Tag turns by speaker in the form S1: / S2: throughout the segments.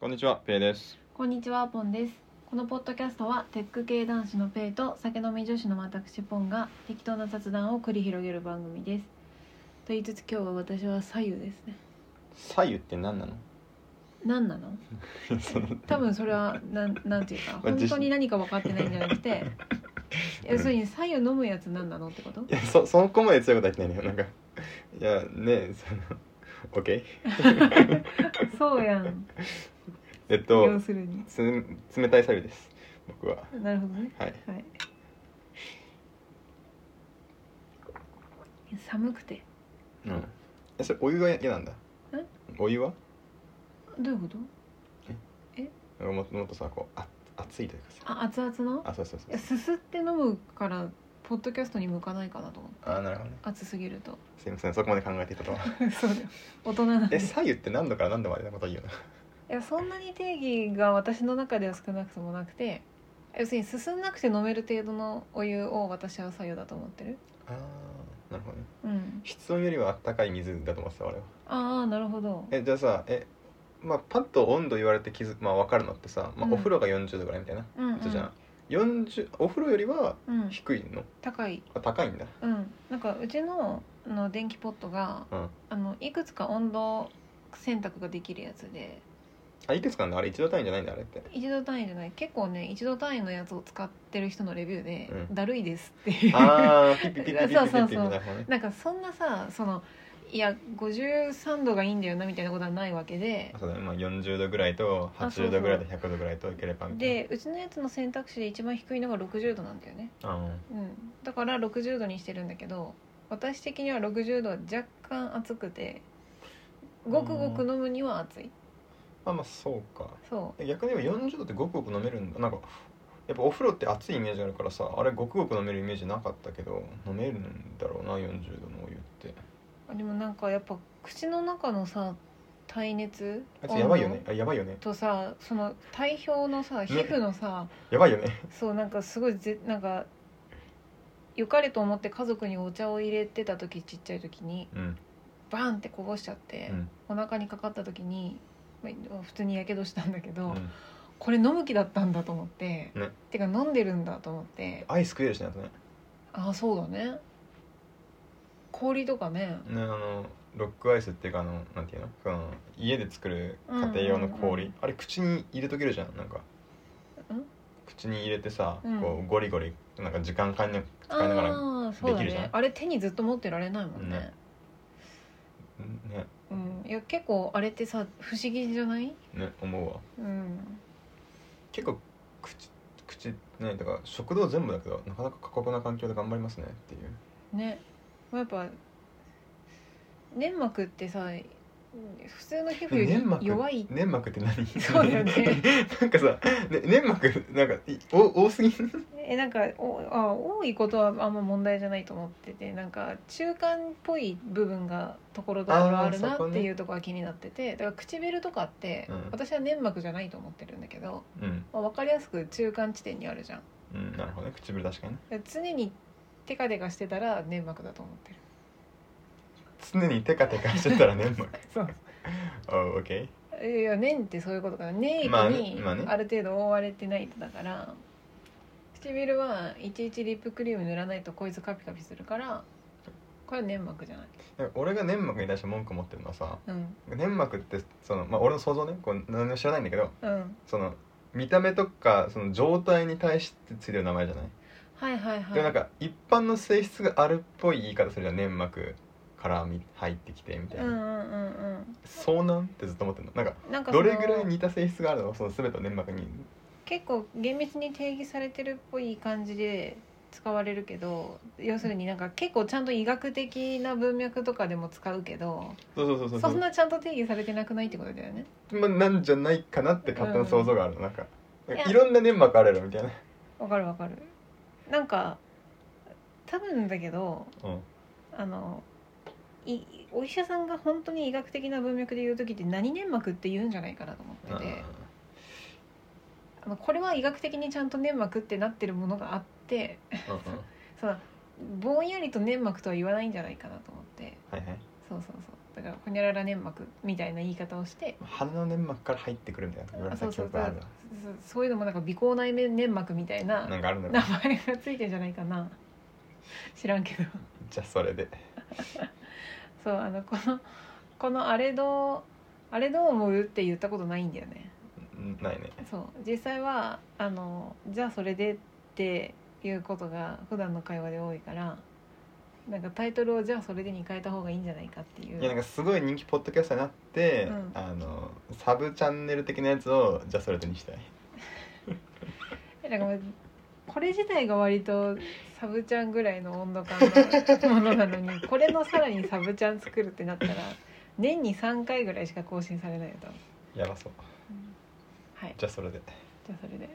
S1: こんにちは、ペイです。
S2: こんにちはポンですこのポッドキャストはテック系男子のペイと酒飲み女子の私ポンが適当な雑談を繰り広げる番組ですと言いつつ今日は私は左右ですね
S1: 左右って何な の？
S2: 何なの多分それはなんなんていう か本当に何か分かってないんじゃなくて要するに左右飲むやつ何なのってこと
S1: いや、そそこまで強いことは言ってないのよ。なんかいやね、そのオッケー。
S2: そうやん
S1: えっ
S2: 要
S1: と、
S2: するに
S1: つ冷たい左右です。僕は。
S2: なるほどね
S1: はい。
S2: はい寒くて
S1: うん。え、それお湯が嫌なんだ。
S2: え
S1: お湯は？
S2: どういうこと
S1: なんかもっともっとさ、こうあ熱いというかさ。
S2: あ熱々の
S1: あ、そうそう
S2: い
S1: そう
S2: や。すすって飲むからポッドキャストに向かないかなと思って
S1: あ、なるほどね。
S2: 熱すぎると
S1: すいません、そこまで考えていたとは。
S2: そうだよ大人なんで
S1: え、
S2: い
S1: 左右って何度から何度までのこと言うの？
S2: やそんなに定義が私の中では少なくともなくて要するに進んなくて飲める程度のお湯を私は左右だと思ってる
S1: ああ、なるほどね。
S2: うん
S1: 室温よりは温かい水だと思ってた俺は。
S2: ああなるほど
S1: えじゃあさえまあパッと温度言われて気づまあ分かるのってさ、まあ、
S2: うん
S1: お風呂が40度ぐらいみたいな、
S2: うん、うん
S1: ことじゃん40お風呂よりは
S2: うん、
S1: 低いの、
S2: 高い
S1: あ高いんだ
S2: うんなんかうちのあの電気ポットが
S1: うん
S2: あのいくつか温度選択ができるやつで
S1: あいくつかあんだあれ1度単位じゃないんだあれって
S2: 一度単位じゃない結構ね一度単位のやつを使ってる人のレビューで
S1: う
S2: 「
S1: ん
S2: だるいです」っていう、
S1: ああピッピピピピピピ
S2: そう
S1: ピ
S2: そう
S1: ピ
S2: そう
S1: なるほどね
S2: なんかそんなさそのいや53度がいいんだよなみたいなことはないわけで
S1: あそうだね、まあ、40度ぐらいと
S2: あそう
S1: 80
S2: そう
S1: 度ぐらいと100度ぐらいといければみたい
S2: でうちのやつの選択肢で一番低いのが60度なんだよね、
S1: なあうん
S2: うん、だから60度にしてるんだけど私的には60度は若干暑くてごくごく飲むには暑い
S1: まあまあそうか
S2: そ
S1: え逆に言えば40度ってごくごく飲めるんだなんかやっぱお風呂って熱いイメージあるからさあれごくごく飲めるイメージなかったけど飲めるんだろうな40度のお湯って
S2: うでもなんかやっぱ口の中のさ耐熱
S1: あいつやばいよねあやばいよね
S2: 温度とさその体表のさ皮膚のさ、
S1: やばいよね
S2: そうなんかすごいぜなんか良かれと思って家族にお茶を入れてた時ちっちゃい時に
S1: うん
S2: バーンってこぼしちゃって
S1: う、ん
S2: お腹にかかった時に、まあ、普通にやけどしたんだけ
S1: う
S2: ど、
S1: ん
S2: これ飲む気だったんだと思って、
S1: ね
S2: てか飲んでるんだと思って
S1: アイス食えるしねあとね
S2: ああそうだね氷とかね
S1: ねあのロックアイスっていうかあのなんていうのその家で作る家庭用の氷、
S2: うんうんうん
S1: あれ口に入れとけるじゃんなんか
S2: うん
S1: 口に入れてさ、
S2: うん
S1: こうゴリゴリなんか時間かんね使いながらね
S2: ああそうだ
S1: できるじゃん
S2: ねあれ手にずっと持ってられないもんね
S1: ねね
S2: うん、いや結構あれってさ不思議じゃない、
S1: ね思うわ
S2: うん、
S1: 結構口口ねだから食堂全部だけどなかなか過酷な環境で頑張りますねっていう
S2: ねまあやっぱ粘膜ってさ普通の皮膚
S1: 粘
S2: よ
S1: 膜
S2: り弱い
S1: 粘膜って何
S2: そうだよね
S1: なんかさ、ね、粘膜なんかいお多すぎん
S2: えなんかおあ多いことはあんま問題じゃないと思っててなんか中間っぽい部分がところどころある
S1: あー
S2: な
S1: そこ
S2: っ
S1: ね
S2: ていうところが気になってて、だから唇とかって、
S1: うん
S2: 私は粘膜じゃないと思ってるんだけど、
S1: うん
S2: まあ、分かりやすく中間地点にあるじゃん
S1: うん
S2: だか
S1: なるほどね唇確かにね
S2: ら常にテカテカしてたら粘膜だと思って る
S1: 常にテカテカしてたら 粘膜
S2: そう
S1: おうオッケ
S2: いやいや粘ってそういうことかな粘液
S1: まあね
S2: に
S1: まあね
S2: ある程度覆われてないとだから唇はいちいちリップクリーム塗らないとこいつカピカピするからこれは粘膜じゃない、
S1: ー俺が粘膜に対して文句持ってるのはさ
S2: うん
S1: 粘膜ってその、まあ、俺の想像ねこう何も知らないんだけど
S2: うん、
S1: その見た目とかその状態に対してついてる名前じゃない、
S2: はいはいはい
S1: でもなんか一般の性質があるっぽい言い方するじゃん粘膜からみ入ってきてみたいな、
S2: うんうんうん
S1: そうなんってずっと思ってるのなんか
S2: うんなんかそ
S1: ど
S2: の
S1: れぐらい似た性質があるのその全ての粘膜に
S2: 結構厳密に定義されてるっぽい感じで使われるけど要するになんか結構ちゃんと医学的な文脈とかでも使うけど
S1: そうそうそうそう
S2: そんなちゃんと定義されてなくないってことだよね
S1: まあ、なんじゃないかなって勝手な想像があるの、なんか
S2: いや
S1: いろんな粘膜あるやろみたいな、
S2: わかるわかるなんか多分だけど
S1: うん
S2: あのいお医者さんが本当に医学的な文脈で言う時って何粘膜って言うんじゃないかなと思
S1: あ
S2: ってて
S1: ー
S2: あのこれは医学的にちゃんと粘膜ってなってるものがあって
S1: うんうん
S2: そのぼんやりと粘膜とは言わないんじゃないかなと思って
S1: はいはい
S2: そうそうそうだからホニャララ粘膜みたいな言い方をして
S1: 鼻の粘膜から入ってくるみたいな言われた
S2: そう
S1: 記
S2: そう
S1: 憶
S2: そ
S1: があ
S2: う
S1: るわ
S2: そうそういうのもなんか鼻腔内面粘膜みたいな
S1: なんかあるんだろ
S2: 名
S1: う
S2: 前がついてんじゃないかな知らんけど
S1: じゃあそれで
S2: そうあのこのこのあれどうあれどう思うって言ったことないんだよね
S1: うんないね
S2: そう実際はあのじゃあそれでっていうことが普段の会話で多いからなんかタイトルをじゃあそれでに変えた方がいいんじゃないかっていう
S1: いやなんかすごい人気ポッドキャスターになって、
S2: うん
S1: あのサブチャンネル的なやつをじゃあそれでにしたい
S2: なんかもうこれ自体が割とサブちゃんぐらいの温度感のものなのにこれのさらにサブちゃん作るってなったら年に3回ぐらいしか更新されないよと、
S1: やばそう
S2: はい
S1: じゃあそれで
S2: じゃあそれで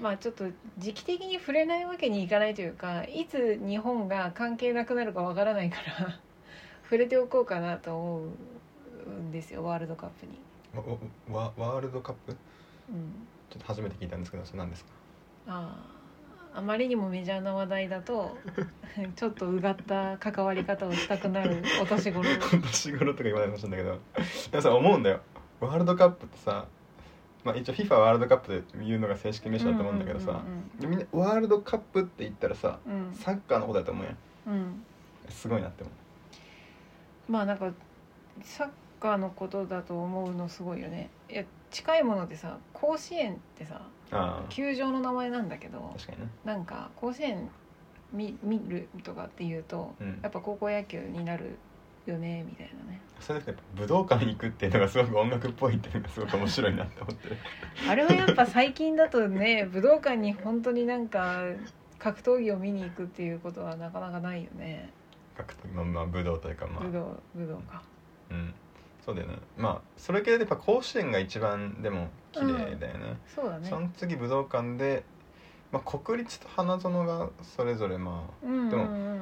S2: まあちょっと時期的に触れないわけにいかないというかいつ日本が関係なくなるかわからないから 触れておこうかなと思うんですよワールドカップに、
S1: わわわワールドカップちょ
S2: うん、
S1: っと初めて聞いたんですけどそれ何ですか
S2: あああまりにもメジャーな話題 だとちょっとうがった関わり方をしたくなるお 年頃
S1: 年頃とか言わないでほしいんだけど でもさ思うんだよワールドカップってさ、まあ、一応 FIFA ワールドカップっていうのが正式名称だと思うんだけどさ、でみんなワールドカップって言ったらさ
S2: うんうん
S1: サッカーのことだと思うやん
S2: うん、うん
S1: すごいなって思う
S2: まあなんかサッカーのことだと思うのすごいよねいや近いものでさ甲子園ってさ
S1: ああ
S2: 球場の名前なんだけど
S1: 確かにね
S2: なんか甲子園見見るとかっていうと
S1: うん
S2: やっぱ高校野球になるよねみたいなね
S1: それでやっぱ武道館に行くっていうのがすごく音楽っぽいっていうのがすごく面白いなって思って る
S2: あれはやっぱ最近だ とね武道館に本当になんか格闘技を見に行くっていうことはなかなかないよね
S1: 格闘技まあまあ武道というかまあ
S2: 武道武道か
S1: うんそうだよねまあそれ系でやっぱ甲子園が一番でも綺麗だよね、
S2: そうだね
S1: その次武道館で、まあ、国立と花園がそれぞれま
S2: うんうんう
S1: で
S2: ん
S1: も
S2: うん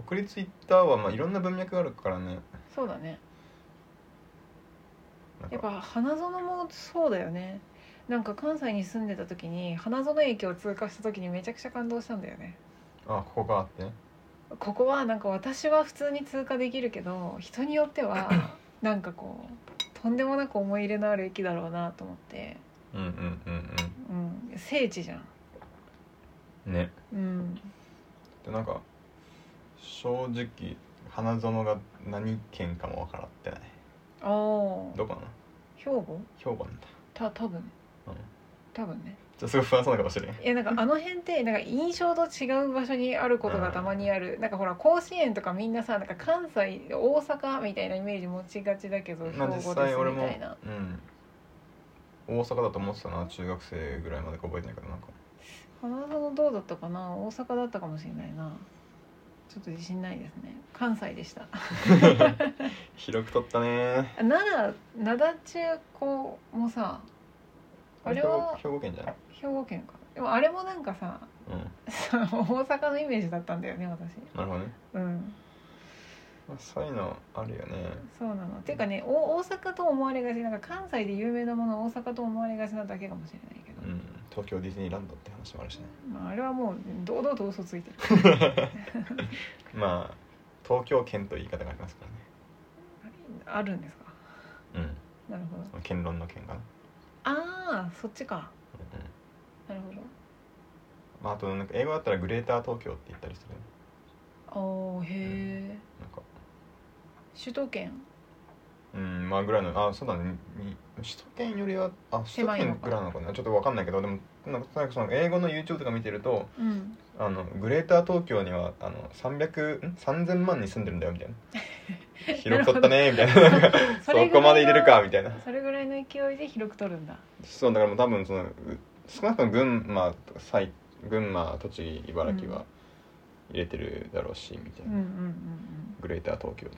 S1: あ国立行ったはまあいろんな文脈があるからね
S2: そうだね
S1: なんか
S2: やっぱ花園もそうだよねなんか関西に住んでた時に花園駅を通過した時にめちゃくちゃ感動したんだよね
S1: あここがあって
S2: ここはなんか私は普通に通過できるけど人によって はなんかこうとんでもなく思い入れのある駅だろうなと思って、
S1: うんうんうん
S2: うん、聖地じゃん
S1: うんね
S2: うん
S1: でなんか正直花園が何県かも分からってない
S2: ああ
S1: どこなの
S2: 兵庫
S1: 兵庫なんだ
S2: た多分
S1: うん
S2: 多分ね
S1: ちょっとすごい不安そうな顔してるね
S2: いやなんかあの辺ってなんか印象と違う場所にあることがたまにあるなんかほら甲子園とかみんなさなんか関西大阪みたいなイメージ持ちがちだけど兵
S1: まあ
S2: 庫
S1: 実
S2: ですみ
S1: 際俺も
S2: たいな
S1: うん大阪だと思ってたな中学生ぐらいまでか覚えてないけどなんか
S2: 花園どうだったかな大阪だったかもしれないなちょっと自信ないですね関西でした
S1: 広く撮ったね
S2: 奈良灘中高もさあれは
S1: 兵庫兵庫県じゃない
S2: 兵庫県かでもあれもなんかさ
S1: うん
S2: 大阪のイメージだったんだよね私
S1: なるほどね、
S2: うん
S1: まあ、そういうのあるよね
S2: そうなのていうかねお大阪と思われがちなんか関西で有名なものを大阪と思われがちなだけかもしれないけど
S1: う、ん東京ディズニーランドって話もあるしね
S2: まあ、あれはもう堂々と嘘ついてる
S1: まあ東京県という言い方がありますか
S2: あるんですから
S1: ねうん
S2: なるほど
S1: その県論の県がね、
S2: ああそっちか
S1: うんうん
S2: なるほ
S1: まあ、あとなんか英語だったらグレーター東京って言ったりするね
S2: どおーへえ
S1: なんか
S2: 首都圏
S1: うんまあぐらいのあそうだねに首都圏よりはあ首都
S2: 狭いの
S1: 圏
S2: か
S1: ぐらいなのかなちょっとわかんないけどでもなんかなんかその英語の YouTube とか見てると
S2: うん
S1: あのグレーター東京にはあの300ん3000万人住んでるんだよみたいな 広く取ったねみたいななんかそ
S2: れぐらいの
S1: こまで入れるかみたいな
S2: それぐらいの勢いで広く取るんだ
S1: そうだからもう多分そのう少なくとも群馬埼群馬栃木茨城は入れてるだろうしみたい
S2: うん
S1: な、
S2: うんうんうん
S1: グレーター東京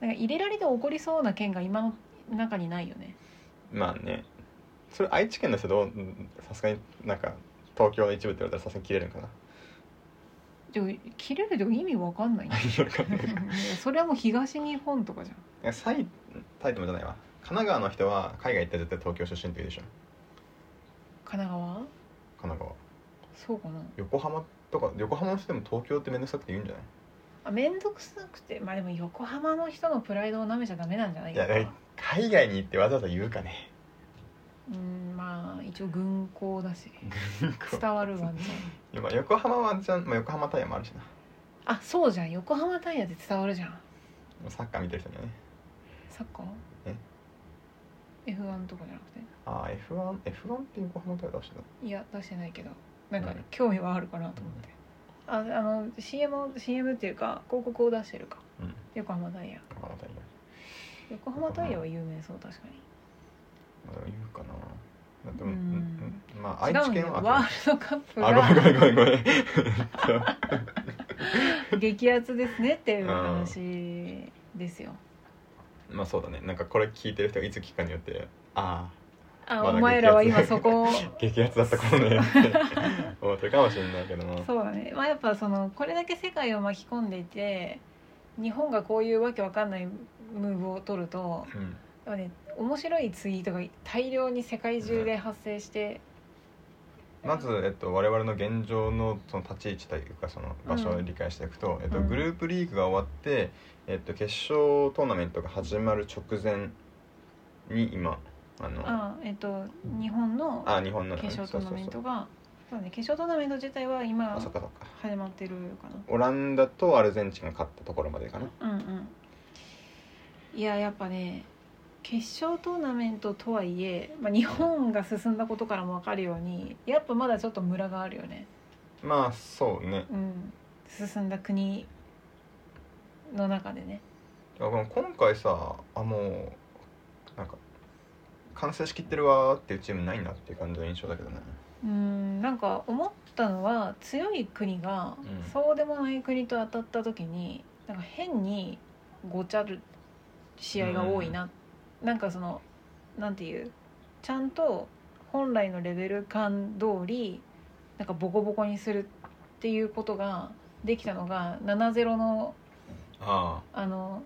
S2: なんか入れられて怒りそうな県が今の中にないよね
S1: まあねそれ愛知県の人どううんさすがになんか東京の一部って言われたらさすがに切れるんかな
S2: でも切れるでも意味わかん ないんだよ
S1: わかんない
S2: いやそれはもう東日本とかじゃん
S1: いや埼埼玉じゃないわ神奈川の人は海外行ったら絶対東京出身って言うでしょ
S2: 神奈川
S1: 神奈川
S2: そうかな
S1: 横浜とか横浜の人でも東京って面倒くさくて言うんじゃない
S2: あ面倒くさくてまあでも横浜の人のプライドをなめちゃダメなんじゃない
S1: い
S2: か
S1: や
S2: な
S1: ね海外に行ってわざわざ言うか ね
S2: うんまあ一応軍港 だし
S1: こう
S2: 伝わるわね
S1: いやまあ横浜ワンチャン、まあ、横浜タイヤもあるしな
S2: あそうじゃん横浜タイヤで伝わるじゃん
S1: サッカー見てる人にはね
S2: サッカー
S1: え
S2: F1 とかじゃなくて
S1: ああ F1F1 って横浜タイヤ出してた
S2: いや出してないけどなんか
S1: うん
S2: 興味はあるかなと思って、ああの CM, CM っていうか広告を出してるか
S1: うん
S2: 横浜タイヤ
S1: 横浜タイヤ
S2: 横浜タイヤは有名そう確かに
S1: まあ、言うかな。でも、
S2: う
S1: うんん、うんまあ、
S2: 違
S1: 愛
S2: う
S1: 知
S2: んだ
S1: 県
S2: よ
S1: は。
S2: ワールドカップ
S1: あ、ごめん、ご
S2: が
S1: めん、ごめん、ごめん。
S2: 激アツですねっていう話ですよ
S1: まあ、そうだね、なんか、これ聞いてる人がいつ聞くかによって。あ
S2: あ
S1: まだ
S2: お前らは
S1: 激ア
S2: 今
S1: ツ
S2: そこを
S1: あ、激アツだった頃 ね。って思ってるかもしれないけども。
S2: そうだね、まあ、やっぱそのこれだけ世界を巻き込んでいて日本がこういうわけわかんないムーブを取ると
S1: うん、
S2: やっぱね面白いツイートが大量に世界中で発生して、
S1: まず、えっと、我々の現状のその立ち位置というかその場所を理解していくと、えっと、
S2: うん
S1: グループリーグが終わって、えっと、決勝トーナメントが始まる直前に今あの
S2: あえっと日本の
S1: あ日本のね
S2: 決勝トーナメン
S1: そうそう
S2: トがそうだね決勝トーナメント自体は
S1: そう
S2: 今
S1: あそっかそっか
S2: 始まってるかな
S1: オランダとアルゼンチンが勝ったところまでかな
S2: うんうんいややっぱね決勝トーナメントとはいえ、まあ、日本が進んだことからも分かるようにやっぱまだちょっとムラがあるよね、
S1: まあそうね
S2: うん、進んだ国の中でね
S1: いやでも今回さあもうなんか完成しきってるわーっていうチームないなっていう感じの印象だけどね
S2: うんなんか思ったのは強い国が
S1: うん
S2: そうでもない国と当たった時になんか変にごちゃる試合が多いな、なんかそのなんていうちゃんと本来のレベル感通りなんかボコボコにするっていうことができたのが7-0の
S1: あ
S2: あの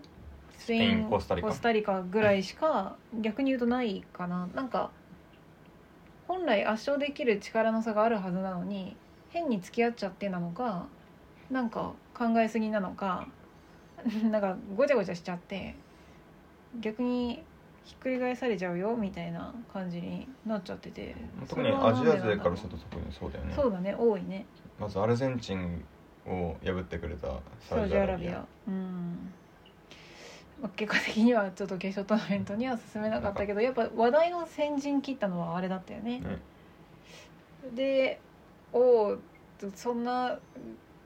S2: スペ
S1: イン
S2: イン
S1: コスタリカ
S2: ぐらいしか逆に言うとないかななんか本来圧勝できる力の差があるはずなのに変に付き合っちゃってなのかなんか考えすぎなのか なんかごちゃごちゃしちゃって逆にひっくり返されちゃうよみたいな感じになっちゃってて
S1: あ特に
S2: それは
S1: ア
S2: な
S1: ジ
S2: んでな
S1: ア
S2: んだろう
S1: 勢からすると特にそうだよね
S2: そうだね多いね
S1: まずアルゼンチンを破ってくれた
S2: サウジアラビア、うんまあ、結果的にはちょっと決勝トーナメントには進めなかったけどやっぱ話題の先陣切ったのはあれだったよね、でおおそんな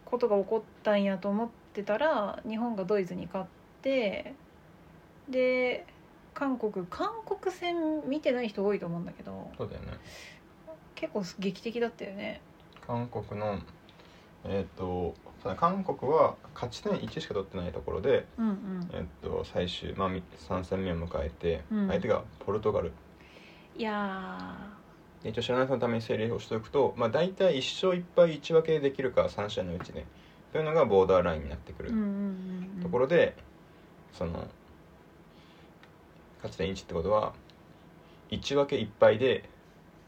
S2: ことが起こったんやと思ってたら日本がドイツに勝ってで韓国韓国戦見てない人多いと思うんだけど
S1: そうだよね
S2: 結構劇的だったよね
S1: 韓国のえっ、とただ韓国は勝ち点1しか取ってないところで、
S2: うんうん
S1: えっと最終、まあ、3戦目を迎えて、
S2: うん
S1: 相手がポルトガル
S2: いや
S1: 一応知らない人のために整理をしておくと、まあ、大体1勝1敗1分けできるか3試合のうちねというのがボーダーラインになってく
S2: ー
S1: る
S2: うんうんうんうん
S1: ところで、その勝ち点1ってことは1分け1敗で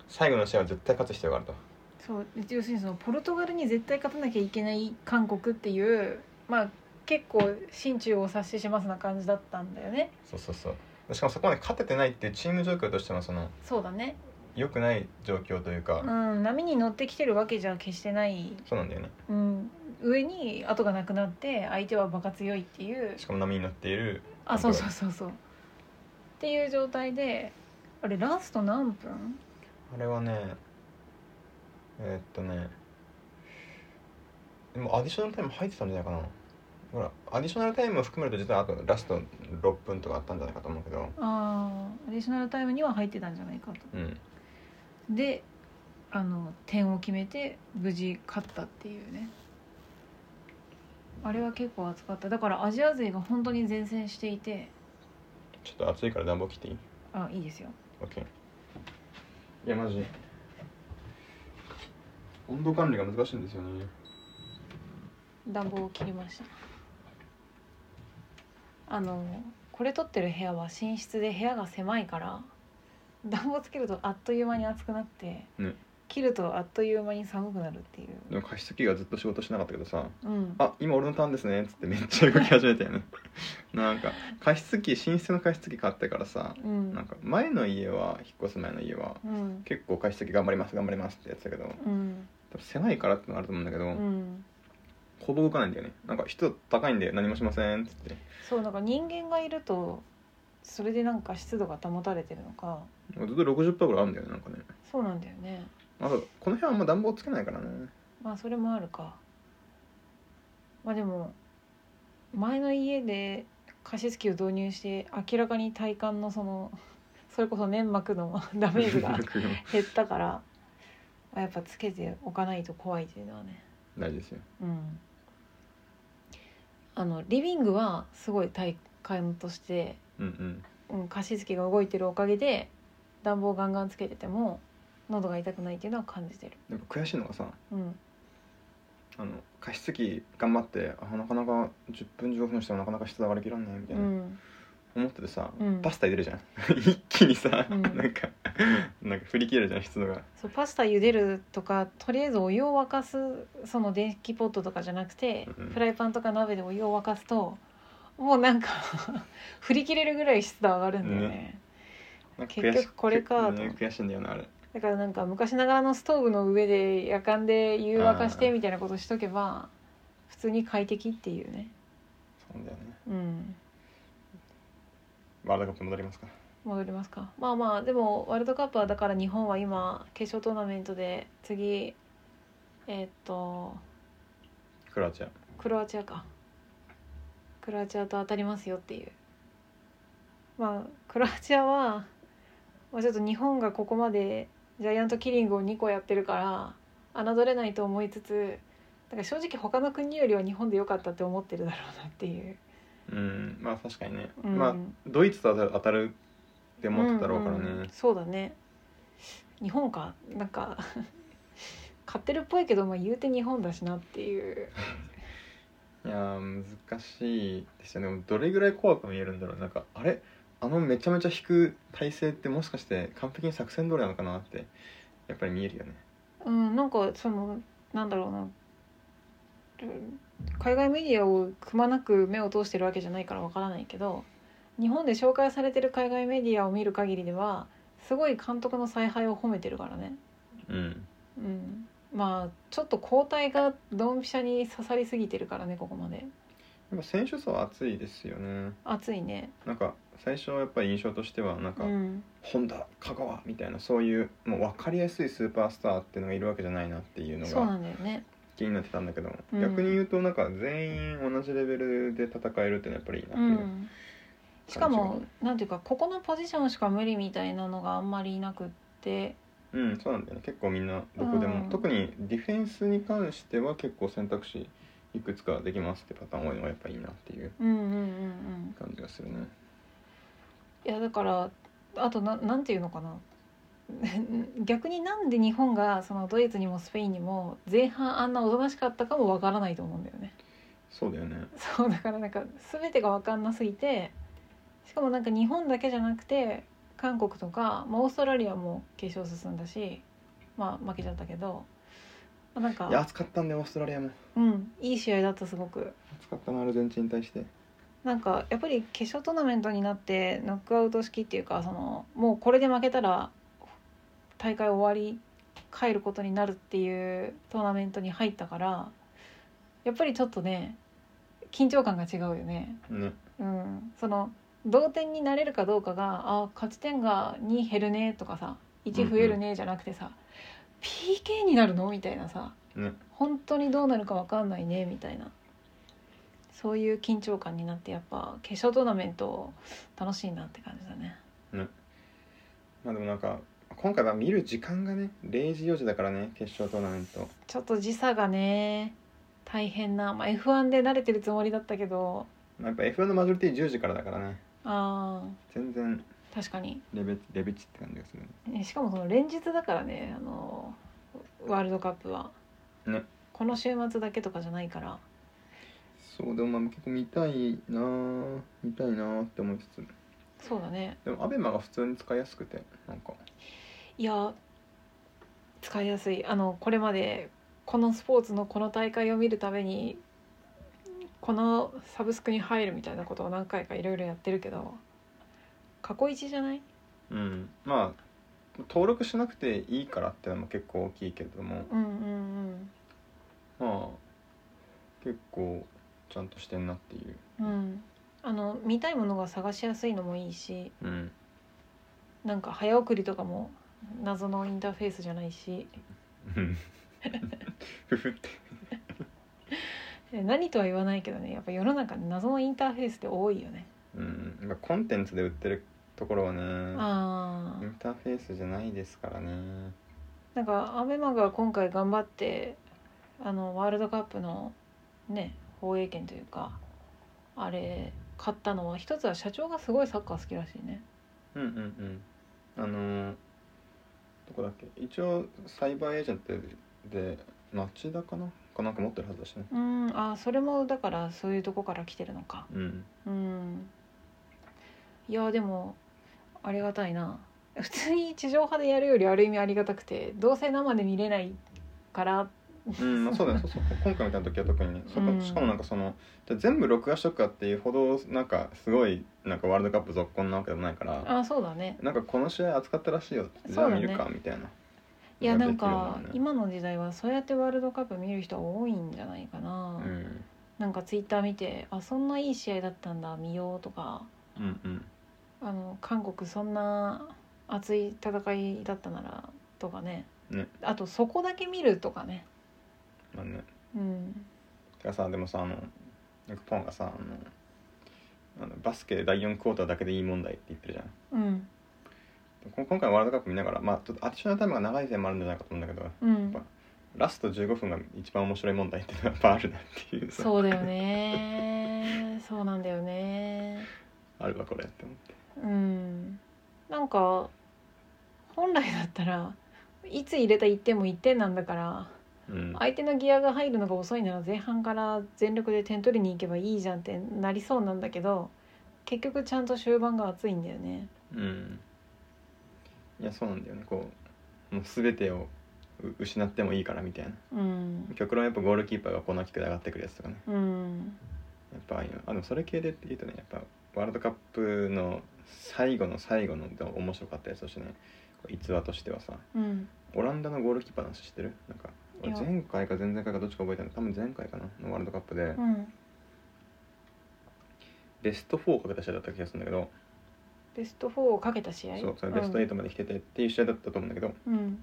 S1: 最後の試合は絶対勝つ必要があると
S2: そう要するにそのポルトガルに絶対勝たなきゃいけない韓国っていうまあ結構心中を察ししますな感じだったんだよね
S1: そうそうそうしかもそこまで勝ててないっていうチーム状況としてもその
S2: そうだね
S1: 良くない状況というか、
S2: うん波に乗ってきてるわけじゃ決してない、
S1: そうなんだよね
S2: うん、上に後がなくなって相手はバカ強いっていう
S1: しかも波に乗っている
S2: あそうそうそうそうっていう状態であれラスト何分
S1: あれはねえーっとねでもアディショナルタイム入ってたんじゃないかなほらアディショナルタイムを含めると実はあとラスト6分とかあったんじゃないかと思うけど
S2: ああアディショナルタイムには入ってたんじゃないかと
S1: うん
S2: であの点を決めて無事勝ったっていうねあれは結構熱かっただからアジア勢が本当に前線していて
S1: ちょっと暑いから暖房切っていい
S2: あいいですよ
S1: ?OK いやマジ温度管理が難しいんですよね
S2: 暖房を切りましたあのこれ撮ってる部屋は寝室で部屋が狭いから暖房つけるとあっという間に暑くなって、
S1: ね
S2: 昨切るとあっという間に寒くなるっていう
S1: でも加湿器がずっと仕事してなかったけどさ
S2: うん
S1: 「あ今俺のターンですね」っつってめっちゃ動き始めたよね なんか加湿器寝室の加湿器買ってからさ
S2: うん
S1: なんか前の家は引っ越す前の家は
S2: うん
S1: 結構加湿器頑張ります頑張りますってやってたけど
S2: うん
S1: 多分狭いからってのがあると思うんだけど、
S2: うん
S1: ほぼ動かないんだよねなんか人高いんで何もしませんっつって
S2: そうなんか人間がいるとそれでなんか湿度が保たれてるのか
S1: ずっと60%ぐらいあるんだよねなんかね
S2: そうなんだよね
S1: あとこの辺はあんま暖房つけないからね
S2: まあそれもあるかまあでも前の家で加湿器を導入して明らかに体感のそのそれこそ粘膜の ダメー ジが減ったからあやっぱつけておかないと怖いっていうのはね
S1: 大事ですよ
S2: うんあのリビングはすごい体感として、
S1: うんうん
S2: うん、加湿器が動いてるおかげで暖房ガンガンつけてても喉が痛くないっていうのは感じてる
S1: やっぱ悔しいのがさ
S2: うん
S1: あの加湿器頑張ってあなかなか10分15分してもなかなか湿度上がりきらんねみた
S2: う
S1: いな、
S2: ん
S1: 思っててさ、
S2: うん
S1: パスタ茹でるじゃん 一気にさ、
S2: うん
S1: なんかなんか振り切れるじゃん湿度が
S2: そうパスタ茹でるとかとりあえずお湯を沸かすその電気ポットとかじゃなくて、
S1: うんうん
S2: フライパンとか鍋でお湯を沸かすともうなんか 振り切れるぐらい湿度上がるんだよね
S1: なんか
S2: 結局これかと
S1: ね、悔しいんだよなあれ
S2: だからなんか昔ながらのストーブの上で夜間で湯沸かしてみたいなことしとけば普通に快適っていうね
S1: そうなんだよね
S2: うん
S1: ワールドカップ戻りますか
S2: 戻りますかまあまあでもワールドカップはだから日本は今決勝トーナメントで次えーっと
S1: クロアチア
S2: クロアチアかクロアチアと当たりますよっていうまあクロアチアは、まあ、ちょっと日本がここまでジャイアントキリングを2個やってるから侮れないと思いつつだから正直他の国よりは日本で良かったって思ってるだろうなっていう、
S1: うんまあ確かにね、
S2: うん
S1: まあドイツと当たる当たるって思ってたろうからね、
S2: んんそうだね日本かなんか 勝ってるっぽいけど、まあ、言うて日本だしなっていう
S1: いやー難しいですよねでもどれぐらい怖く見えるんだろうなんかあれあのめちゃめちゃ引く体勢ってもしかして完璧に作戦通りなのかなってやっぱり見えるよね
S2: うん、なんかそのなんだろうなうん海外メディアをくまなく目を通してるわけじゃないからわからないけど日本で紹介されてる海外メディアを見る限りではすごい監督の采配を褒めてるからね、
S1: うん
S2: うん、まあちょっと交代がドンピシャに刺さりすぎてるからねここまで
S1: やっぱ選手層は熱いですよね
S2: 熱いね
S1: なんか最初はやっぱり印象としてはなんか、
S2: うん
S1: 本田香川みたいなそういうもう分かりやすいスーパースターっていうのがいるわけじゃないなっていうの
S2: そうな
S1: が
S2: んだよね
S1: 気になってたんだけど、
S2: うん
S1: 逆に言うとなんか全員同じレベルで戦えるっていうのはやっぱりいいなって
S2: う
S1: いう、
S2: んしかもなんていうかここのポジションしか無理みたいなのがあんまりいなくって
S1: うん、そうなんだよね結構みんなどこでも、
S2: うん
S1: 特にディフェンスに関しては結構選択肢いくつかできますってパターン多いのがやっぱいいなっていう
S2: うんうんうんうん
S1: 感じがするね
S2: いやだからあとななんていうのかな 逆になんで日本がそのドイツにもスペインにも前半あんなおとなしかったかもわからないと思うんだよね。
S1: そうだよね
S2: そうだからなんか全てがわかんなすぎてしかもなんか日本だけじゃなくて韓国とか、まあ、オーストラリアも決勝進んだしまあ負けちゃったけど、まあ、なん
S1: いや
S2: か
S1: 暑かったんだよオーストラリアも
S2: うんいい試合だったすごく。
S1: 暑かったなアルゼンチンに対して
S2: なんかやっぱり決勝トーナメントになってノックアウト式っていうかそのもうこれで負けたら大会終わり帰ることになるっていうトーナメントに入ったからやっぱりちょっとね緊張感が違うよね。
S1: ね
S2: うん、その同点になれるかどうかがあ勝ち点が2減るねとかさ1増えるねじゃなくてさ、PK になるのみたいなさ
S1: ね
S2: 本当にどうなるかわかんないねみたいなそういう緊張感になってやっぱ決勝トーナメント楽しいなって感じだね
S1: まあでもなんか今回は見る時間がね0時4時だからね決勝トーナメント
S2: ちょっと時差がね大変な、まあ、F1 で慣れてるつもりだったけど
S1: まあやっぱ F1 のマジョリティ10時からだからね
S2: あ
S1: 全然
S2: ー確かに
S1: レベレベチって感じがするね
S2: ねしかもその連日だからねあのワールドカップは、
S1: ね
S2: この週末だけとかじゃないから
S1: そうでもまあ結構見たいなあ見たいなあって思いつつ
S2: そうだね
S1: でもアベマが普通に使いやすくてなんか
S2: いや使いやすいあのこれまでこのスポーツのこの大会を見るためにこのサブスクに入るみたいなことを何回かいろいろやってるけど過去一じゃない
S1: うんまあ登録しなくていいからってのも結構大きいけども
S2: うんうん
S1: まあ結構ちゃんとしてんなっていう
S2: うんうんあの見たいものが探しやすいのもいいし
S1: うん
S2: なんか早送りとかも謎のインターフェースじゃないし
S1: うん ふふって
S2: え何とは言わないけどねやっぱ世の中に謎のインターフェースって多いよね、
S1: うんやっぱコンテンツで売ってるところはね
S2: あ
S1: イン
S2: あ
S1: ターフェースじゃないですからね
S2: なんかアベマが今回頑張ってあのワールドカップのね放映権というかあれ買ったのは一つは社長がすごいサッカー好きらしいね
S1: うんうんうんあのーどこだっけ一応サイバーエージェントで町田かなかなんか持ってるはずだしね
S2: うんあそれもだからそういうとこから来てるのか
S1: うん
S2: うんいやでもありがたいな普通に地上波でやるよりある意味ありがたくてどうせ生で見れないから
S1: うんまあ、そうだねそう そう今回みたいな時は特にねそこ
S2: うん
S1: しかもなんかそのじゃあ全部録画しとくかっていうほどなんかすごいなんかワールドカップ続行なわけでもないから
S2: あそうだね
S1: なんかこの試合扱ったらしいよじゃ
S2: そ
S1: あ
S2: うだ
S1: 見
S2: ね
S1: るかみたいない
S2: や
S1: のが
S2: な
S1: で
S2: ん
S1: きるよう
S2: か
S1: になるね
S2: 今の時代はそうやってワールドカップ見る人多いんじゃないかな、
S1: うん
S2: なんかツイッター見てあそんないい試合だったんだ見ようとか
S1: うんうん
S2: あの韓国そんな熱い戦いだったならとかね
S1: ね
S2: あとそこだけ見るとかね
S1: まあね
S2: うん
S1: てかさでもさあのなんかポンがさあのあのバスケ第4クォーターだけでいい問題って言ってるじゃん
S2: うん
S1: こ今回のワールドカップ見ながらまあちょっとアディショナルタイムが長いせいもあるんじゃないかと思うんだけど
S2: うん
S1: ラスト15分が一番面白い問題っていうのがやっぱあるなっていうさ
S2: そうだよねそうなんだよね
S1: あるわこれって思って
S2: うんなんか本来だったらいつ入れた1点も1点なんだから
S1: うん
S2: 相手のギアが入るのが遅いなら前半から全力で点取りに行けばいいじゃんってなりそうなんだけど結局ちゃんと終盤が熱いんだよね
S1: うんいやそうなんだよねこうもう全てをう失ってもいいからみたいな
S2: うん
S1: 極論やっぱゴールキーパーがコーナーキックで上がってくるやつとかね
S2: うん
S1: やっぱああいうのあでもそれ系で言うとねやっぱワールドカップの最後の最後のでも面白かったやつとしてねこう逸話としてはさ
S2: うん
S1: オランダのゴールキーパーの話知ってるなんか俺
S2: いや
S1: 前回か前々回かどっちか覚えてない多分前回かなのワールドカップで、
S2: うん
S1: ベスト4をかけた試合だった気がするんだけど、
S2: ベスト4をかけた試合
S1: そうそれベスト8まで来ててっていう試合だったと思うんだけど、
S2: うん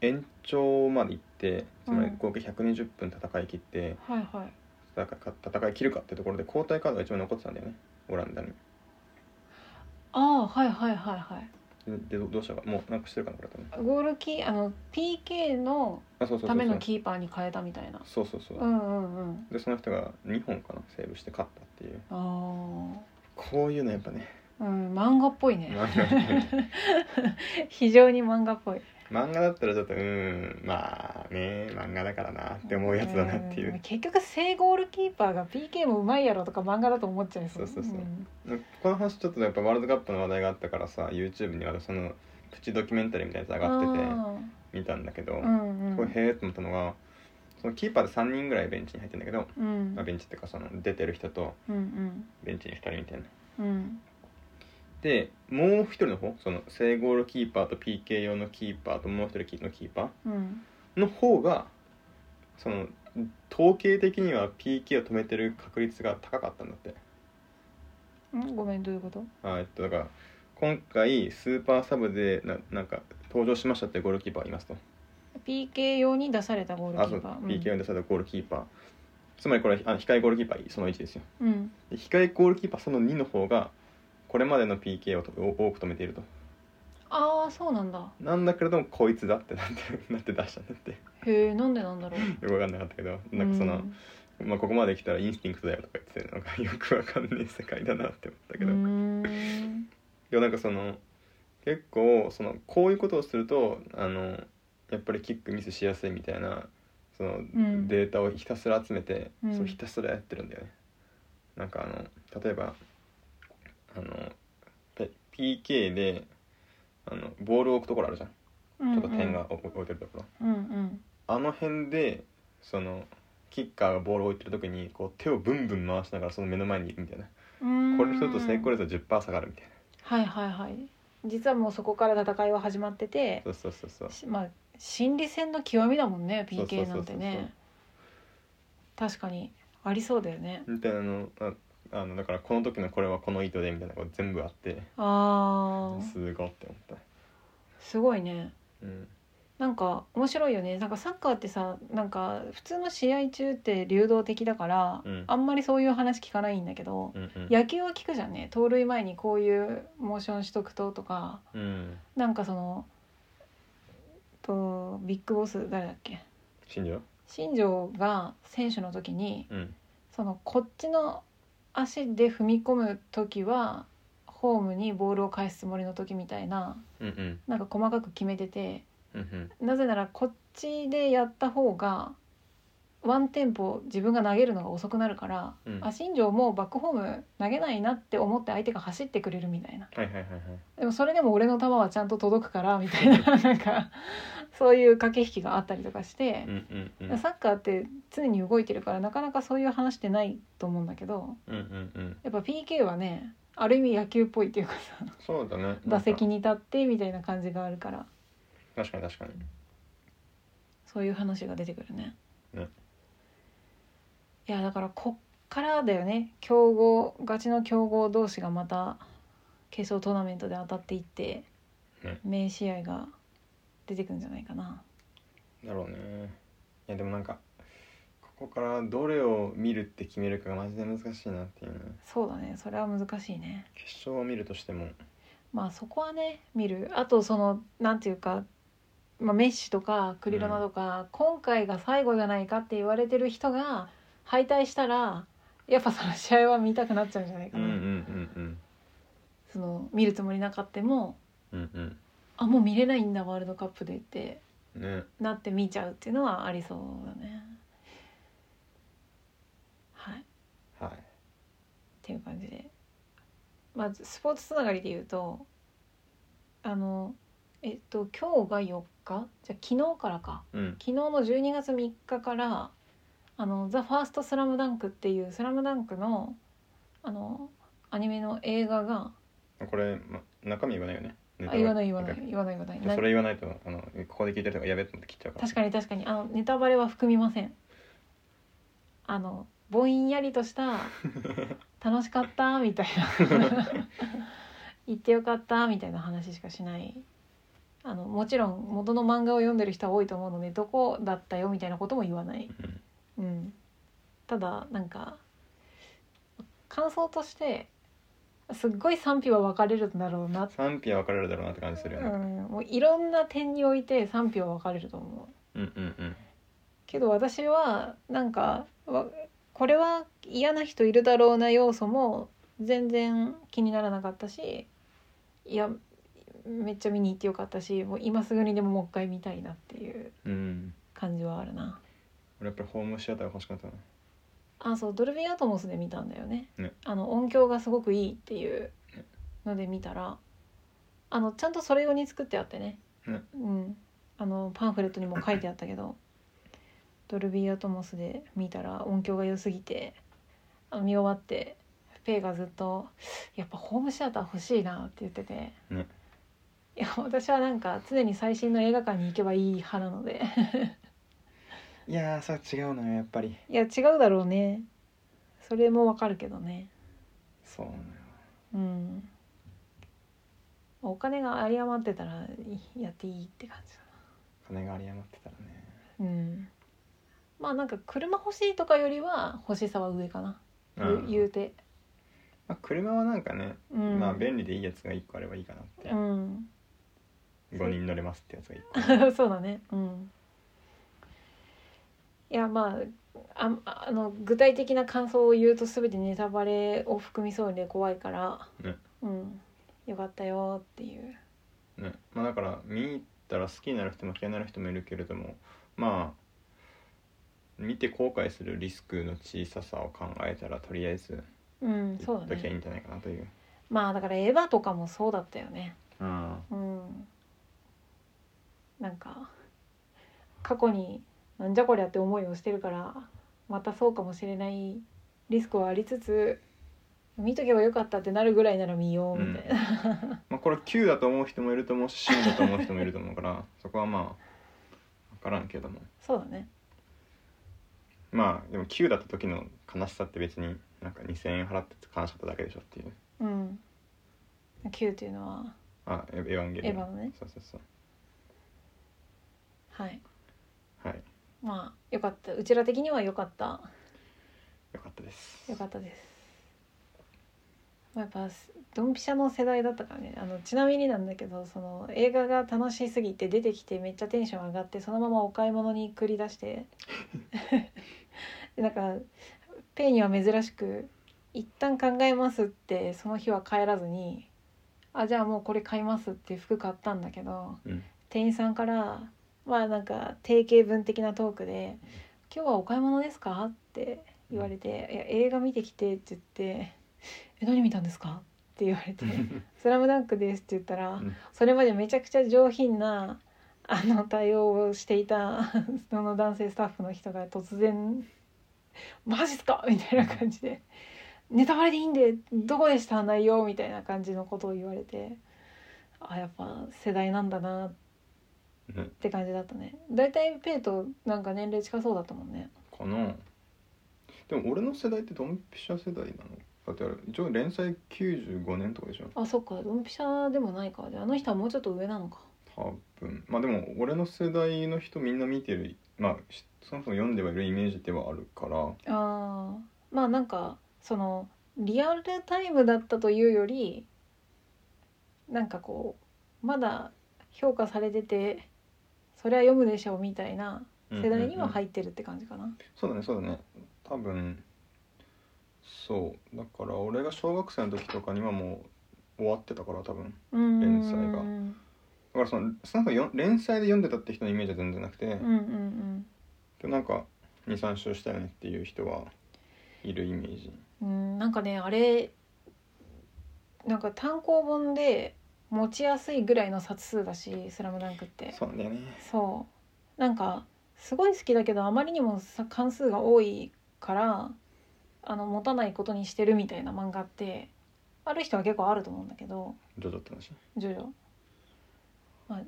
S1: 延長まで行ってつまり
S2: うん
S1: 合計120分戦い切って
S2: はいはい
S1: 戦い戦い切るかってところで交代カードが一番残ってたんだよねオランダに。
S2: ああはいはいはいはい
S1: ででどどうしたかもうなくしてるかなこれ多分
S2: ゴールキーあの PK の
S1: あそうそうそうそう
S2: ためのキーパーに変えたみたいな
S1: そうそうそう、
S2: うんうんうん
S1: でその人が2本かなセーブして勝ったっていう
S2: あ
S1: こういうのやっぱね
S2: あうん漫画っぽいね
S1: 漫画
S2: 非常に漫画っぽい
S1: 漫画だったらちょっとうーんまあね漫画だからなって思うやつだなってい
S2: ん
S1: う
S2: 結局正ゴールキーパーが PK もうまいやろとか漫画だと思っちゃいそう
S1: そうそうそうんこの話ちょっとやっぱワールドカップの話題があったからさ YouTube にはそのプチドキュメンタリーみたいなやつ上がってて
S2: あ
S1: 見たんだけど、
S2: ーうんうん
S1: これへえと思ったのがそのキーパーで3人ぐらいベンチに入ってんだけど、
S2: うん
S1: まあ、ベンチっていうかその出てる人と
S2: うん
S1: ベンチに2人みたいな
S2: うんうん
S1: でもう一人の方その正ゴールキーパーと PK 用のキーパーともう一人のキーパ
S2: うん
S1: ーの方がその統計的には PK を止めてる確率が高かったんだって
S2: うんごめんどういうこと
S1: あえっとだから今回スーパーサブでななんか登場しましたってゴールキーパーいますと
S2: PK 用に出されたゴー
S1: あそ
S2: ルキ
S1: う
S2: ーパー
S1: PK を出されたゴールキーパーつまりこれあ控えゴールキーパーその1ですよ
S2: うんうん
S1: で控えゴールキーパーその2の方がこれまでの PK をと多く止めていると
S2: ああそうなんだ
S1: なんだけれどもこいつだってなって なって出したんだって
S2: へえなんでなんだろう
S1: よく分かんなかったけど なんかその、まあ、ここまで来たらインスティンクトだよとか言ってるのがよく分かんねえ世界だなって思ったけど、
S2: う
S1: い
S2: ん
S1: やなんかその結構そのこういうことをするとあのやっぱりキックミスしやすいみたいなその、
S2: ん
S1: データをひたすら集めて、
S2: うん
S1: それひたすらやってるんだよね。なんかあの例えばあのペ PK であのボールを置くところあるじゃんちょっと点がお置いてるところ
S2: うんうん
S1: あの辺でそのキッカーがボールを置いてる時にこう手をブンブン回しながらその目の前にいるみたいな
S2: うん
S1: これすると成功率は10%下がるみたいな
S2: はいはいはい実はもうそこから戦いは始まってて
S1: そうそうそうそう
S2: しまあ心理戦の極みだもんね
S1: そうそうそう
S2: PK
S1: そう
S2: なんてね確かにありそうだよね
S1: みたいなのああのだからこの時のこれはこの意図でみたいなのが全部あって
S2: あー
S1: すごいって思った、
S2: すごいね
S1: うん、
S2: なんか面白いよねなんかサッカーってさなんか普通の試合中って流動的だから、
S1: うん
S2: あんまりそういう話聞かないんだけど、
S1: うんうん
S2: 野球は聞くじゃんね盗塁前にこういうモーションしとくととか
S1: うん
S2: なんかそのとビッグボス誰だっけ
S1: 新庄
S2: 新庄が選手の時に
S1: うん
S2: そのこっちの足で踏み込む時はホームにボールを返すつもりの時みたいな
S1: うんうん
S2: なんか細かく決めてて
S1: うんうん
S2: なぜならこっちでやった方がワンテンポ自分が投げるのが遅くなるから、
S1: うん
S2: あ新庄もバックホーム投げないなって思って相手が走ってくれるみたいな
S1: はいはいはいはい
S2: でもそれでも俺の球はちゃんと届くからみたいななんかそういう駆け引きがあったりとかして
S1: うん、うんうん
S2: サッカーって常に動いてるからなかなかそういう話ってないと思うんだけど
S1: うんうんうん
S2: やっぱ PK はねある意味野球っぽいっていうかさ
S1: そうだねなんか
S2: 打席に立ってみたいな感じがあるから
S1: 確かに確かに
S2: そういう話が出てくるね。
S1: ね
S2: いやだからこっからだよね強豪ガチの強豪同士がまた決勝トーナメントで当たっていって、
S1: ね
S2: 名試合が出てくるんじゃないかな。
S1: だろうねいやでもなんかここからどれを見るって決めるかがマジで難しいなっていうね
S2: そうだねそれは難しいね。
S1: 決勝を見るとしても
S2: まあそこはね見るあとそのなんていうか、まあ、メッシとかクリロナとか、今回が最後じゃないかって言われてる人が敗退したらやっぱその試合は見たくなっちゃうんじゃないか
S1: うん
S2: な。
S1: うんうん
S2: その見るつもりなかっても
S1: うんうん
S2: あもう見れないんだワールドカップでって
S1: うんね
S2: なって見ちゃうっていうのはありそうだね。はいっ
S1: はい
S2: ていう感じでまずスポーツつながりで言うとあのえっと今日が4日じゃあ昨日からか
S1: うん
S2: 昨日の12月3日から「あのザ・ファーストスラムダンクっていう「スラムダンクのあのアニメの映画が
S1: これ、ま、中身言わないよねネタ
S2: あ
S1: バレ
S2: 言わない言わない言わない言わない
S1: いやそれ言わないとあのここで聞いてる人がやべって思って切っちゃうから
S2: 確かに確かにあのネタバレは含みませんあのぼんやりと した「楽しかった」みたいな 「行ってよかった」みたいな話しかしないあのもちろん元の漫画を読んでる人は多いと思うのでどこだったよみたいなことも言わない、
S1: うん
S2: うん、ただなんか感想としてすっごい賛否は分かれるんだろうなっ
S1: 賛否は分かれるだろうなって感じするよ
S2: う
S1: ね
S2: ん、もういろんな点において賛否は分かれると思う
S1: うんうんうん
S2: けど私はなんかわこれは嫌な人いるだろうな要素も全然気にならなかったしいやめっちゃ見に行ってよかったしもう今すぐにでももう一回見たいなっていう
S1: うん
S2: 感じはあるな
S1: 俺やっぱりホームシアターが欲しかったな
S2: あそうドルビーアトモスで見たんだよね
S1: ね
S2: あの音響がすごくいいっていう
S1: ね
S2: ので見たらあのちゃんとそれ用に作ってあってね
S1: ね
S2: うんあのパンフレットにも書いてあったけどドルビーアトモスで見たら音響が良すぎてあの見終わってペイがずっと「やっぱホームシアター欲しいな」って言ってて、
S1: ね
S2: いや私はなんか常に最新の映画館に行けばいい派なので
S1: いやーそれは違うのよやっぱり
S2: いや違うだろうねそれもわかるけどね
S1: そうなのよ
S2: うんお金が有り余ってたらいやっていいって感じだ
S1: 金が有り余ってたらね
S2: なうんまあなんか車欲しいとかよりは欲しさは上かな、ゆ
S1: うん
S2: 言うて、
S1: まあ、車はなんかね、
S2: うん、
S1: まあ便利でいいやつが1個あればいいかなって、
S2: うん
S1: 5人乗れますってやつが1個
S2: そうだねうんいやまあああの具体的な感想を言うと全てネタバレを含みそうで怖いから、
S1: ね
S2: うんよかったよっていう
S1: ねまあだから見に行ったら好きになる人も嫌いになる人もいるけれどもまあ見て後悔するリスクの小ささを考えたらとりあえず
S2: うんそ
S1: 行
S2: う
S1: っ
S2: だ
S1: ときゃいい
S2: ね
S1: んじゃないかなという
S2: まあだからエヴァとかもそうだったよね
S1: うん
S2: うんなんか過去になんじゃこりゃって思いをしてるからまたそうかもしれないリスクはありつつ見とけばよかったってなるぐらいなら見ようみたいな、
S1: まあ、これ Q だと思う人もいると思うし C だと思う人もいると思うから そこはまあ分からんけども
S2: そうだね
S1: まあでも Q だった時の悲しさって別になんか2,000円払って悲しかっただけでしょっていう
S2: うん Q っていうのは
S1: あエエヴァンゲリオン
S2: エヴァのね
S1: そうそうそう
S2: はい
S1: はい
S2: まあよかったうちら的にはよかった
S1: よかったです
S2: よかったです。まあやっぱドンピシャの世代だったからねあのちなみになんだけどその映画が楽しすぎて出てきてめっちゃテンション上がってそのままお買い物に繰り出して でなんかペイには珍しく一旦考えますってその日は帰らずにあじゃあもうこれ買いますって服買ったんだけど
S1: うん
S2: 店員さんからまあなんか定型文的なトークで「今日はお買い物ですか?」って言われて「いや映画見てきて」って言って「え何見たんですか?」って言われて「スラムダンクです」って言ったら、
S1: うん
S2: それまでめちゃくちゃ上品なあの対応をしていたその男性スタッフの人が突然「マジっすか?」みたいな感じで「ネタバレでいいんでどこでした内容」みたいな感じのことを言われてあやっぱ世代なんだなっ
S1: ね
S2: て感じだったね大体ペイとなんか年齢近そうだったもんね
S1: かなでも俺の世代ってドンピシャ世代なのだってあれ一応連載95年とかでしょ
S2: あそっかドンピシャでもないかであの人はもうちょっと上なのか
S1: 多分まあでも俺の世代の人みんな見てるまあしそもそも読んではいるイメージではあるから
S2: あーまあなんかそのリアルタイムだったというよりなんかこうまだ評価されててそれは読むでしょうみたいな世代
S1: う
S2: には
S1: んうんうん
S2: 入ってるって感じかな、
S1: そうだねそうだね多分そうだから俺が小学生の時とかにはもう終わってたから多分
S2: うーん、
S1: 連載がだからそのそのよ連載で読んでたって人のイメージは全然なくて、
S2: うんうん
S1: でなんか23週したよねっていう人はいるイメージ
S2: うんうんなんかねあれなんか単行本で持ちやすいぐらいの冊数だし「スラムダンクって
S1: そうなんだよね
S2: そうなんかすごい好きだけどあまりにもさ関数が多いからあの持たないことにしてるみたいな漫画ってある人は結構あると思うんだけど
S1: ジョジョって話
S2: ジョジョ、まあ、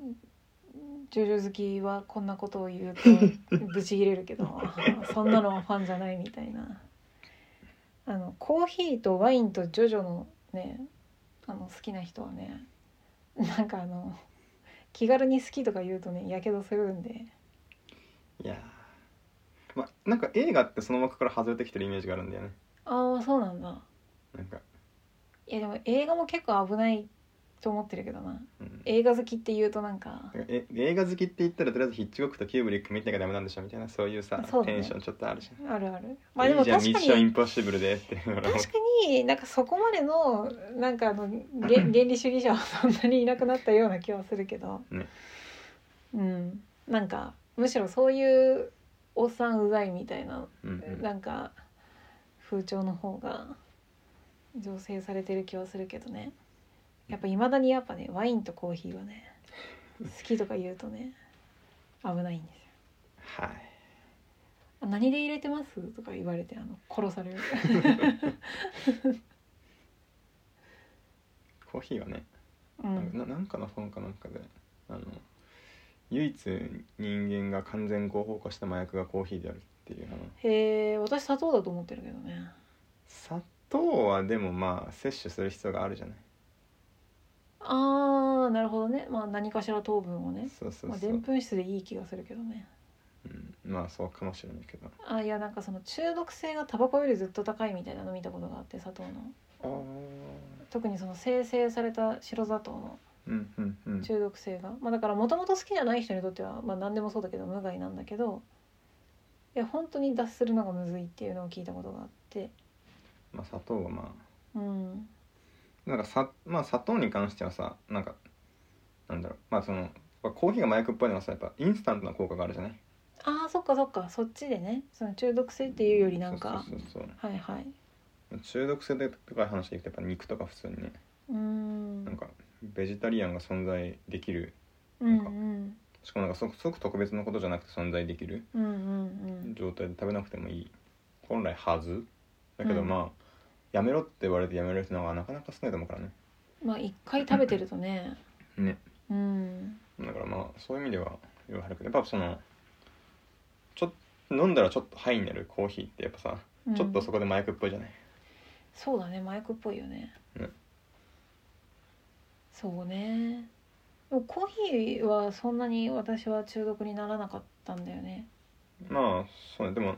S2: ジョジョ好きはこんなことを言うと ブチ切れるけどそんなのはファンじゃないみたいなあのコーヒーとワインとジョジョのねあの好きな人はねなんかあの気軽に好きとか言うとねやけどするんで。
S1: いやーまあなんか映画ってその枠から外れてきてるイメージがあるんだよね
S2: ああそうなんだ
S1: なんか、
S2: いやでも映画も結構危ないと思ってるけどな
S1: うん、
S2: 映画好きって言うとなんか
S1: なんかえ映画好きって言ったらとりあえずヒッチコックとキューブリック見てなきゃダメなんでしょみたいなそういうさ
S2: そうだ
S1: テ
S2: ね
S1: ンションちょっとあるじゃん
S2: あるあるまあでも
S1: いいじゃん
S2: 確
S1: ミ
S2: か
S1: ッションイ
S2: に
S1: ンポッシブルでっていうのが
S2: 確かになんかそこまでのなんかあの げ原理主義者はそんなにいなくなったような気はするけど、
S1: ね
S2: うんなんかむしろそういうおっさんうざいみたいな
S1: うんうん
S2: なんか風潮の方が醸成されてる気はするけどねやっぱいまだにやっぱねワインとコーヒーはね好きとか言うとね危ないんですよ
S1: はい
S2: あ「何で入れてます?」とか言われてあの殺さ れる
S1: コーヒーはね
S2: う
S1: なんか
S2: ん
S1: ななんかの本かなんかであの唯一人間が完全合法化した麻薬がコーヒーであるっていうあの
S2: へえ私砂糖だと思ってるけどね
S1: 砂糖はでもまあ摂取する必要があるじゃない
S2: あーなるほどねまあ何かしら糖分をね
S1: そうそう
S2: まあ
S1: そう、
S2: でんぷん質でいい気がするけどね
S1: うん、まあそうかもしれないけど
S2: あいやなんかその中毒性がタバコよりずっと高いみたいなの見たことがあって砂糖の
S1: ああ
S2: 特にその生成された白砂糖の
S1: うんうんうん
S2: 中毒性が、まあ、だからもともと好きじゃない人にとっては、まあ、何でもそうだけど無害なんだけどいや本当に脱するのがむずいっていうのを聞いたことがあって
S1: まあ砂糖はま
S2: うん
S1: あなんかさまあ砂糖に関してはさなんかなんだろうまあそのやっぱコーヒーが麻薬っぽいのはさやっぱインスタントな効果があるじゃない
S2: あーそっかそっかそっちでねその中毒性っていうよりなんか
S1: そうそうそうそう
S2: はいはい
S1: 中毒性でとか話でいくとやっぱ肉とか普通にね
S2: うーん
S1: なんかベジタリアンが存在できる
S2: うんうん
S1: しかもなんかすごくすごく特別なことじゃなくて存在できる
S2: うんうん
S1: 状態で食べなくてもいい本来はずだけど
S2: うん
S1: まあ、やめろって言われてやめる人の方がなかなか少ないと思うからね
S2: うんまあ一回食べてるとね
S1: ね
S2: うん
S1: だからまあそういう意味では言わはるけどやっぱそのちょっ飲んだらちょっとハイになるコーヒーってやっぱさ、
S2: うん
S1: ちょっとそこで麻薬っぽいじゃない
S2: そうだね麻薬っぽいよね
S1: ね
S2: そうねでもコーヒーはそんなに私は中毒にならなかったんだよね
S1: まあそうねでも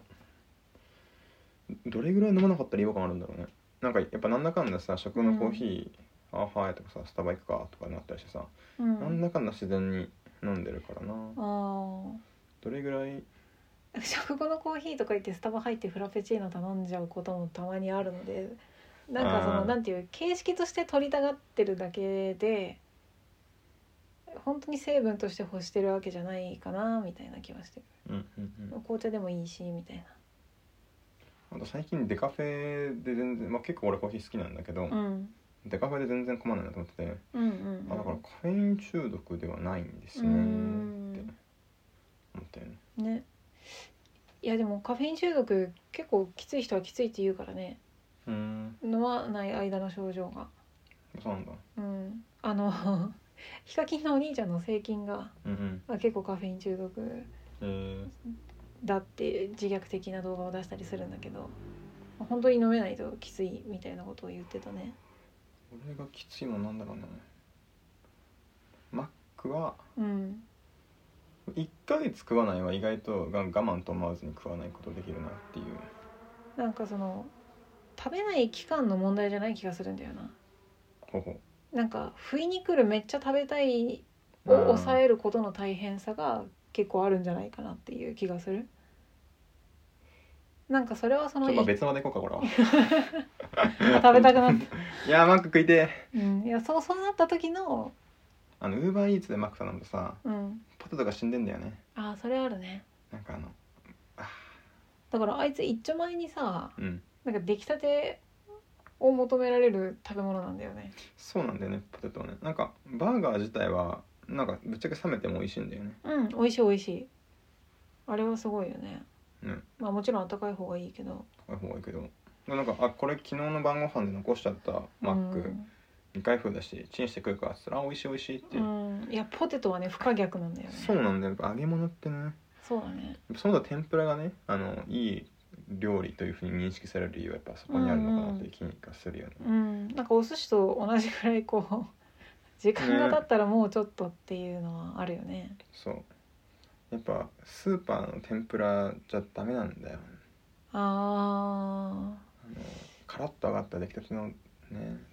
S1: どれぐらい飲まなかったら違和感あるんだろうねなんかやっぱなんだかんださ食のコーヒー、あーはいとかさスタバ行くかとかなったりしてさ、
S2: う
S1: なん
S2: ん
S1: だかんだ自然に飲んでるからな
S2: あ
S1: どれぐらい
S2: あ 食後のコーヒーとか言ってスタバ入ってフラペチーノ頼んじゃうこともたまにあるのでなんかそ
S1: あ
S2: の
S1: ー
S2: なんていう形式として取りたがってるだけで本当に成分として欲してるわけじゃないかなみたいな気はして
S1: うんうんうん
S2: る紅茶でもいいしみたいな
S1: あと最近デカフェで全然、まあ、結構俺コーヒー好きなんだけど、
S2: うん、
S1: デカフェで全然困らないなと思ってて、
S2: うんうんうん
S1: あだからカフェイン中毒ではないんです
S2: う
S1: ね
S2: ん
S1: って思ったよね
S2: ねいやでもカフェイン中毒結構きつい人はきついって言うからね
S1: うん
S2: 飲まない間の症状が
S1: そうなんだ
S2: うんあの ヒカキンのお兄ちゃんの性菌が
S1: うんうん
S2: あ結構カフェイン中毒
S1: えー、
S2: だって自虐的な動画を出したりするんだけど本当に飲めないときついみたいなことを言ってたね
S1: 俺がきついもんなんだろうねマックは
S2: うん
S1: 1ヶ月食わないは意外とが我慢と思わずに食わないことできるなっていう
S2: なんかその食べない期間の問題じゃない気がするんだよな
S1: 方法
S2: なんか不意に来るめっちゃ食べたいを抑えることの大変さが結構あるんじゃないかなっていう気がするなんかそれはそ
S1: ちょ
S2: の
S1: っとまあ
S2: い
S1: 別まで行こうかこれは
S2: あ 食べたく なっ
S1: いやーマック食いて
S2: た、うん、いやそうそうなった時の
S1: ーあのウーバーイーツでマック頼むとさ
S2: うん
S1: ポテトが死んでんだよね
S2: ああそれあるね
S1: なんかあのあ
S2: だからあいつ一丁前にさ
S1: ーうん
S2: なんか出来たてを求められる食べ物なんだよね
S1: そうなんだよねポテトはねなんかバーガー自体はなんかぶっちゃけ冷めても美味しいんだよね
S2: うん美味しい美味しいあれはすごいよね
S1: うん
S2: まあもちろん温かい方がいいけど
S1: 高い方がいいけどでもなんかあこれ昨日の晩ご飯で残しちゃったマック、未開封だしチンして食うかっつったらあ美味しい美味しいって
S2: う
S1: いう、
S2: ん、うん、いやポテトはね不可逆なんだよね
S1: そうなんだよやっぱ揚げ物ってね
S2: そうだね
S1: その他天ぷらがねあのいい料理というふうに認識される理由はやっぱそこにあるのかなという気がするよね、
S2: うんなんかお寿司と同じくらいこう 時間が経ったらもうちょっとっていうのはあるよね
S1: そうやっぱスーパーの天ぷらじゃダメなんだよあ
S2: あ
S1: のカラッと揚がった出来たてのね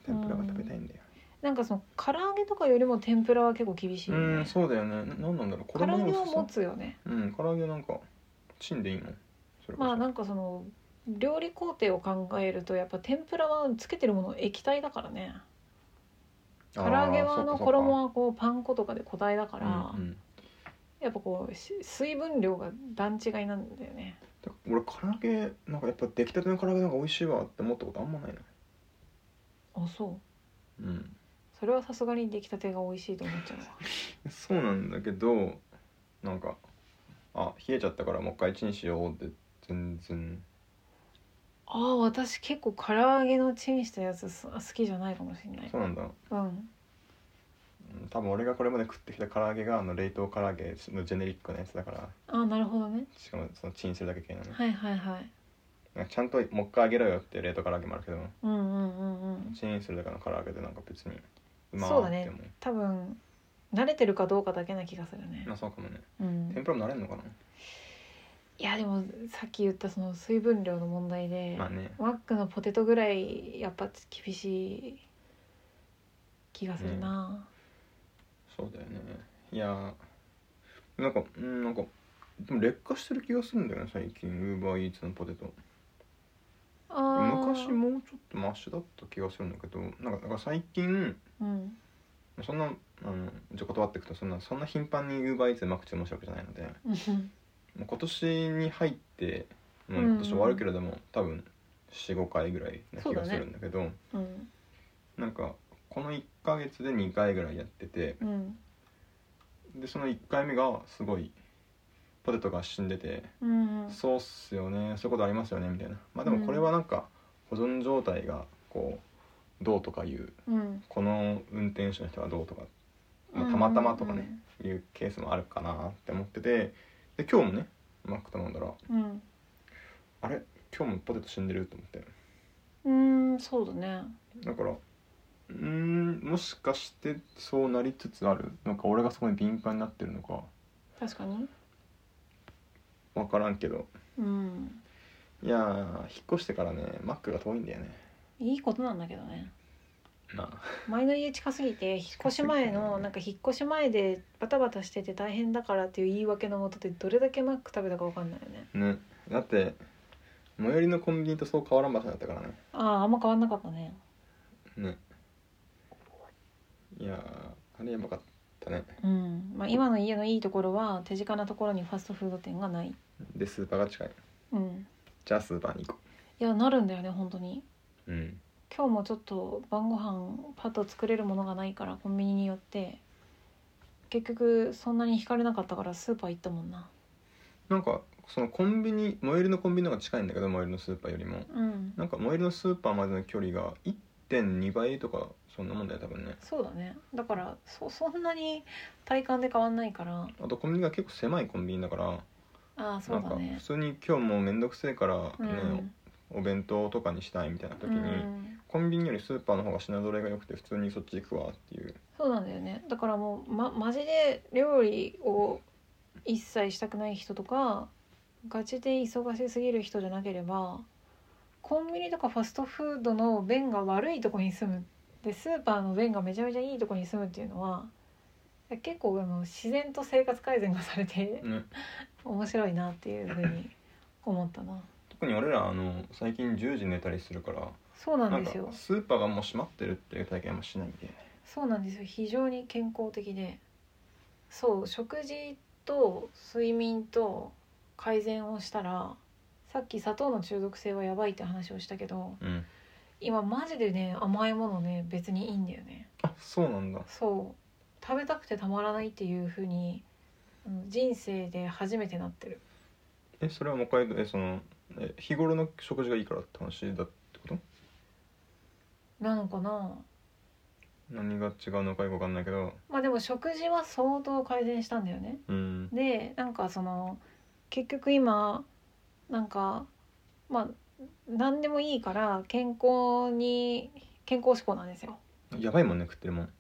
S1: 天ぷらが食べたいんだよ
S2: ーなんかその唐揚げとかよりも天ぷらは結構厳しいうよ
S1: ん
S2: ね
S1: そうだよねななんなんだろう
S2: 唐揚げ
S1: の
S2: は
S1: 薄さ
S2: 持つよね
S1: うん唐揚げなんかチンでいいのそれこそ
S2: まあなんかその料理工程を考えるとやっぱ天ぷらはつけてるもの液体だからね唐揚げはあの衣はこうパン粉とかで固体だか、
S1: からうんうん
S2: やっぱこうし水分量が段違いなんだよね
S1: てか俺唐揚げなんかやっぱ出来たての唐揚げなんか美味しいわって思ったことあんまないな
S2: あそう
S1: うん
S2: それはさすがに出来たてが美味しいと思っちゃうわ
S1: そうなんだけどなんかあ冷えちゃったからもう一回チンしようって全然
S2: ああ私結構唐揚げのチンしたやつす好きじゃないかもしれない
S1: そうなんだ
S2: うん
S1: うん多分俺がこれまで食ってきた唐揚げがあの冷凍唐揚げのジェネリックなやつだから
S2: ああなるほどね
S1: しかもそのチンするだけ系なの、
S2: はいはいはい
S1: なんかちゃんともう一回揚げろよって冷凍唐揚げもあるけど
S2: うんうんうんうん
S1: チンするだけの唐揚げでなんか別にうま
S2: そうだ
S1: ーっ
S2: ね
S1: て思う
S2: 多分慣れてるかどうかだけな気がするね
S1: まあそうかもね
S2: うん
S1: 天ぷらもなれんのかない
S2: やでもさっき言ったその水分量の問題で、
S1: まあね
S2: マックのポテトぐらいやっぱ厳しい気がするな、
S1: そうだよねいやーなんかうんなんかでも劣化してる気がするんだよね最近ウーバーイーツのポテト
S2: あー
S1: 昔もうちょっとマシだった気がするんだけどなんかなんか最近
S2: うん
S1: そんなあのじゃあ断っていくとそんなそんな頻繁にウーバーイーツうまく注文したわけじゃないので
S2: うん
S1: もう今年に入って、まあ、
S2: うん
S1: 今年終わるけれども、多分45回ぐらいな気がするんだけど
S2: うん
S1: なんかこの1ヶ月で2回ぐらいやってて
S2: うん
S1: でその1回目がすごいポテトが死んでて
S2: うん
S1: 「そうっすよねそういうことありますよね」みたいなまあでもこれはなんか保存状態がこうどうとかいう
S2: うん
S1: この運転手の人がどうとか、まあ、たまたまとかね、いうケースもあるかなって思っててで今日もねマック頼んだら
S2: うん
S1: あれ今日もポテト死んでると思って
S2: うん、うん、そうだね
S1: だからうーんもしかしてそうなりつつあるのか俺がそこに敏感になってるのか
S2: 確かに
S1: 分からんけど
S2: うん
S1: いやー引っ越してからねマックが遠いんだよね
S2: いいことなんだけどね
S1: まあ
S2: 前の家近すぎて引っ越し前のなんか引っ越し前でバタバタしてて大変だからっていう言い訳のもとでどれだけマック食べたかわかんないよね
S1: ねだって最寄りのコンビニとそう変わらん場所だったからね
S2: あああんま変わんなかったね
S1: ねいやーあれやばかったね
S2: うん、まあ、今の家のいいところは手近なところにファストフード店がない
S1: でスーパーが近い
S2: うん
S1: じゃあスーパーに行こ
S2: いやなるんだよね本当に
S1: ううん
S2: 今日もちょっと晩ご飯パッと作れるものがないからコンビニに寄って結局そんなに惹かれなかったからスーパー行ったもんな
S1: なんかそのコンビニ最寄りのコンビニの方が近いんだけど最寄りのスーパーよりも
S2: うん
S1: なんか最寄りのスーパーまでの距離が1.2倍とかそんなもんだよ多分ね
S2: そうだねだからそそんなに体感で変わんないから
S1: あとコンビニが結構狭いコンビニだから
S2: ああそ
S1: な
S2: うんだ
S1: か
S2: ね
S1: 普通に今日もうめんどくせえからね、
S2: うん
S1: お弁当とかにしたいみたいな時に、
S2: うん
S1: コンビニよりスーパーの方が品揃えが良くて普通にそっち行くわっていう
S2: そうなんだよねだからもうまマジで料理を一切したくない人とかガチで忙しすぎる人じゃなければコンビニとかファストフードの便が悪いとこに住むでスーパーの便がめちゃめちゃいいとこに住むっていうのは結構あの自然と生活改善がされて
S1: ね
S2: 面白いなっていうふうに思ったな
S1: 特に俺らあの最近10時寝たりするから
S2: そうな
S1: なんん
S2: で
S1: か
S2: すよ
S1: スーパーがもう閉まってるっていう体験もしないんで
S2: そうなんですよ非常に健康的でそう食事と睡眠と改善をしたらさっき砂糖の中毒性はやばいって話をしたけど
S1: うん
S2: 今マジでね甘いものね別にいいんだよね
S1: あそうなんだ
S2: そう食べたくてたまらないっていう風にあの人生で初めてなってる
S1: えそれはもう一回えそのえ日頃の食事がいいからって話だってこと
S2: なのかな
S1: 何が違うのかよく分かんないけど
S2: まあでも食事は相当改善したんだよね
S1: うん
S2: でなんかその結局今なんかまあ何でもいいから健康に健康志向なんですよ。
S1: やばいもんね食ってるもん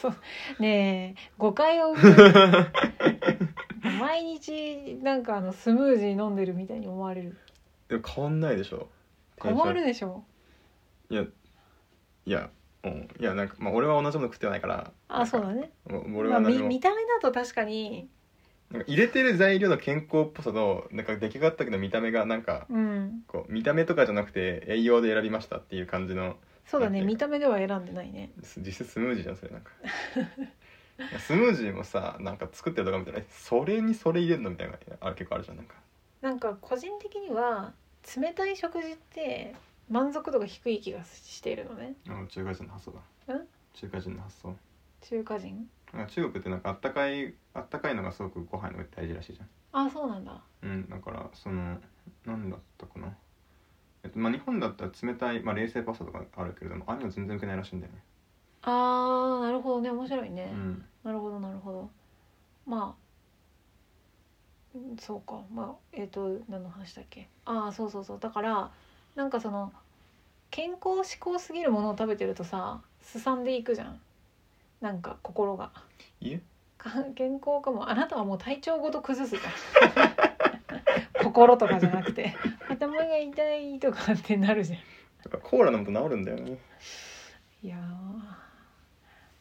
S2: そうねえ誤解を生む 毎日なんかあのスムージー飲んでるみたいに思われる
S1: いや変わんないでしょ
S2: 変わるでしょ
S1: いやいやうんいやなんかまあ俺は同じもの食ってないから
S2: あそうだね、
S1: もう俺
S2: まあ、
S1: は何
S2: 見
S1: も、
S2: 見た目だと確かに
S1: なんか入れてる材料の健康っぽさとなんか出来上がったけど見た目がなんか
S2: うん
S1: こう見た目とかじゃなくて栄養で選びましたっていう感じの
S2: そうだね
S1: なんていう
S2: 見
S1: か
S2: た目では選んでないね
S1: す実質スムージーじゃんそれなんかいやスムージーもさなんか作ってる動画見たらえそれにそれ入れるのみたいなあれ結構あるじゃんなんか
S2: なんか個人的には冷たい食事って満足度が低い気がしているのね
S1: あ中華人の発想だ
S2: ん
S1: 中華人の発想
S2: 中華人
S1: なんか中国ってなんかあったかいあったかいのがすごくご飯の上で大事らしいじゃん
S2: あそうなんだ
S1: うん、だからその何だったかな、えっとまあ、日本だったら冷たい、まあ、冷製パスタとかあるけれどもああいうの全然受けないらしいんだよね、
S2: あーなるほどね面白いね、
S1: うん、
S2: なるほどなるほどまあうんそうかまあえっ、と何の話だっけああそうそうそうだからなんかその健康志向すぎるものを食べてるとさすさんでいくじゃんなんか心が
S1: いいえ
S2: か 健康かもあなたはもう体調ごと崩す じゃん心とかじゃなくて頭が痛いとかってなるじゃん
S1: だからコーラ飲むと治るんだよね
S2: いや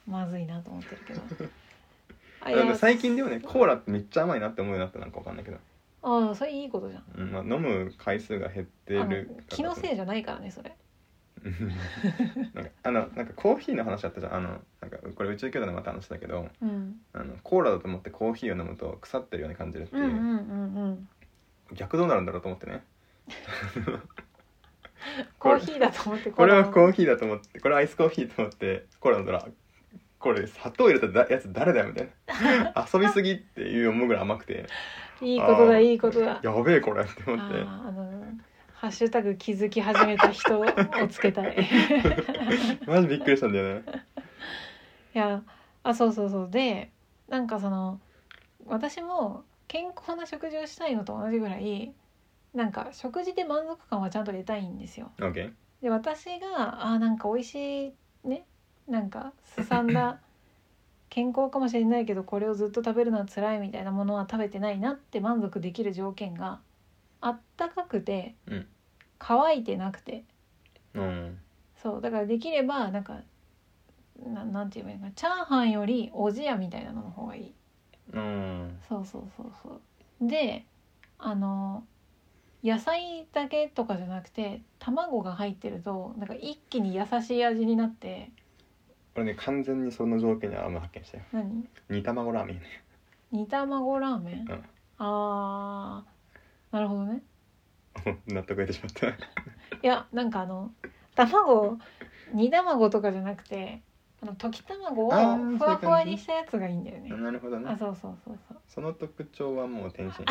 S2: ーまずいなと思ってるけ どあ
S1: だから最近でもねコーラってめっちゃ甘いなって思うようになったなんかわかんないけど、
S2: ああそれいいことじゃん
S1: うんまあ、飲む回数が減って
S2: あの
S1: る
S2: 気のせい
S1: い
S2: じゃないからねそれ
S1: なんかあのなんかコーヒーの話あったじゃんあのなんかこれ宇宙兄弟のまた話だけど
S2: うん
S1: あのコーラだと思ってコーヒーを飲むと腐ってるように感じるって
S2: う
S1: い
S2: ん
S1: う、
S2: うんうんうん
S1: 逆どうなるんだろうと思ってね
S2: コーヒーだと思って
S1: これはコ
S2: ー
S1: ーヒーだと思ってこれはアイスコーヒーと思ってコーラ飲んだらこれ砂糖入れただやつ誰だよみたい な遊びすぎっていう思うぐらい甘くて
S2: いいこと
S1: あ
S2: だ
S1: ー
S2: いいことだ
S1: やべえこれって思って
S2: あーあのハッシュタグ気づき始めた人をつけた い
S1: マジびっくりしたんだ よね
S2: いやあそうそうそうでなんかその私も健康な食事をしたいのと同じぐらいなんか食事で満足感はちゃんと得たいんですよ
S1: OK
S2: で私があーなんか美味しいねなんかすさん だ健康かもしれないけどこれをずっと食べるのは辛いみたいなものは食べてないなって満足できる条件があったかくて、
S1: うん
S2: 乾いてなくて
S1: うん
S2: そうだからできればなんかななんて言えばいいのかなチャーハンよりおじやみたいなのの方がいい
S1: うん
S2: そうそうそうそうであの野菜だけとかじゃなくて卵が入ってるとなんか一気に優しい味になって
S1: 俺ね完全にその条件に甘発見したよ
S2: 何
S1: 煮卵ラーメンね
S2: 煮卵ラーメン、
S1: うん
S2: あーなるほどね
S1: 納得いてしまった
S2: いやなんかあの卵煮卵とかじゃなくてあの溶き卵を
S1: あー
S2: ふわふわ
S1: そういう感じ
S2: にしたやつがいいんだよね
S1: なるほど
S2: あ
S1: ね
S2: そうそうそうそう
S1: その特徴はもう天心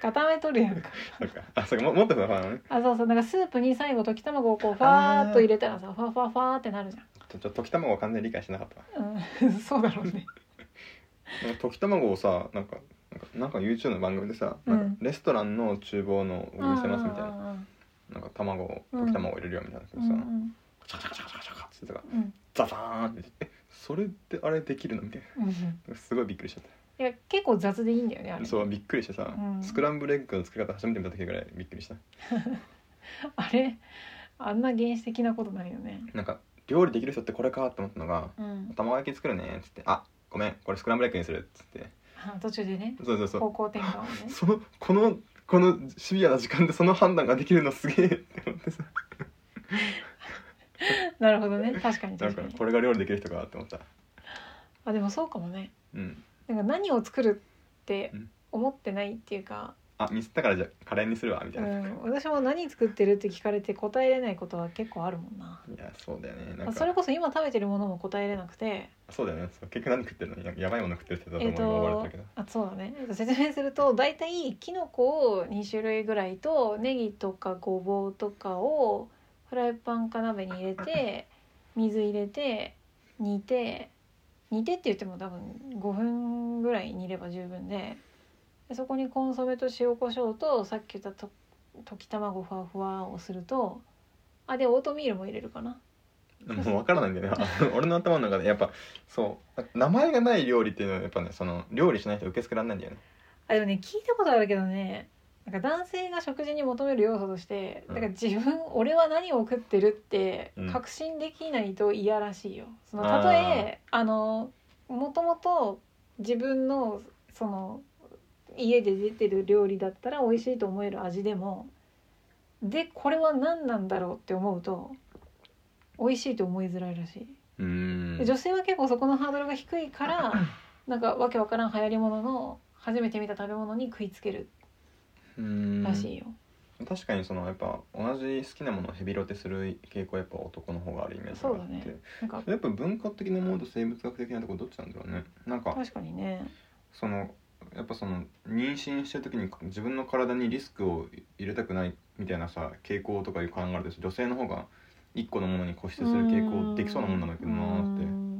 S2: 固めとるやんか
S1: そうかあそうかももっとファンなのね
S2: あそうそうなんかスープに最後溶き卵をこうファーっと入れたらさファファファーってなるじ
S1: ちょちょ溶き卵を完全に理解してなかったわ
S2: ゃん、うん、 そうだろう ね
S1: なんか溶き卵をさなんかなんかなんか YouTube の番組でさ、なんかレストランの厨房のお見せますみたいな
S2: な
S1: なんか卵を
S2: うん
S1: 溶き卵を入れるよみたいな
S2: う
S1: の
S2: んう
S1: さ、
S2: ん
S1: シャカシャカシャカシャカってさ
S2: うん
S1: ザザーンってえそれってあれできるのみたい
S2: うん
S1: なすごいびっくりしちゃっ
S2: いや結構雑でいいんだよねあ
S1: た
S2: れ
S1: そうびっくりしてさ、
S2: うん
S1: スクランブルエッグの作り方初めて見た時ぐらいびっくりした
S2: あれあんな原始的なことないよね
S1: なんか料理できる人ってこれかと思ったのが
S2: うん
S1: 「卵焼き作るね」っつって「あごめんこれスクランブルエッグにする」っつって
S2: あ途中でね
S1: そうそうそう
S2: 方向転換をね
S1: そのこのこのシビアな時間でその判断ができるのすげえって思ってさ
S2: なるほどね確かに
S1: なん
S2: 確
S1: か
S2: かに
S1: これが料理できる人かって思った
S2: あでもそうかもね
S1: うん
S2: なんか何を作るって
S1: うん
S2: 思ってないっていうか、
S1: あミスったからじゃあカレーにするわみた
S2: う
S1: いな、
S2: ん、私も何作ってるって聞かれて答えれないことは結構あるもんない
S1: やそうだよねなん
S2: あ
S1: か
S2: それこそ今食べてるものも答えれなくて
S1: そうだよねそう結局何食ってるのややばいもの食ってるって言
S2: えっ
S1: ったと思う
S2: と
S1: われたけど、
S2: あそうだねえっと説明すると大体きのこを2種類ぐらいとネギとかごぼうとかをフライパンか鍋に入れ て水入れて煮て煮てって言っても多分5分ぐらい煮れば十分ででそこにコンソメと塩コショウとさっき言ったと溶き卵ふわふわをするとあでオートミールも入れるかな
S1: もう分からないんだよね あの俺の頭の中でやっぱそう名前がない料理っていうのはやっぱねその料理しないと受け付けられないんだよね
S2: あでもね聞いたことあるけどねなんか男性が食事に求める要素として、
S1: うん
S2: だから自分俺は何を食ってるって
S1: うん
S2: 確信できないと嫌らしいよ。その
S1: あー
S2: たとえあのもともと自分のその家で出てる料理だったら美味しいと思える味でもでこれは何なんだろうって思うと美味しいと思いづらいらしい。
S1: うーん
S2: で女性は結構そこのハードルが低いからなんかわけわからん流行りものの初めて見た食べ物に食いつける
S1: うーん
S2: らしいよ、
S1: 確かにそのやっぱ同じ好きなものをヘビロテする傾向はやっぱ男の方があるイメージがあって
S2: そうだねなんか
S1: やっぱ文化的なものと生物学的なところどっちなんだろうねなんか
S2: 確かにね
S1: そのやっぱその妊娠してる時に自分の体にリスクを入れたくないみたいなさ傾向とかいう考えると女性の方が一個のものに固執する傾向できそうなもんなんだけどなーって
S2: うん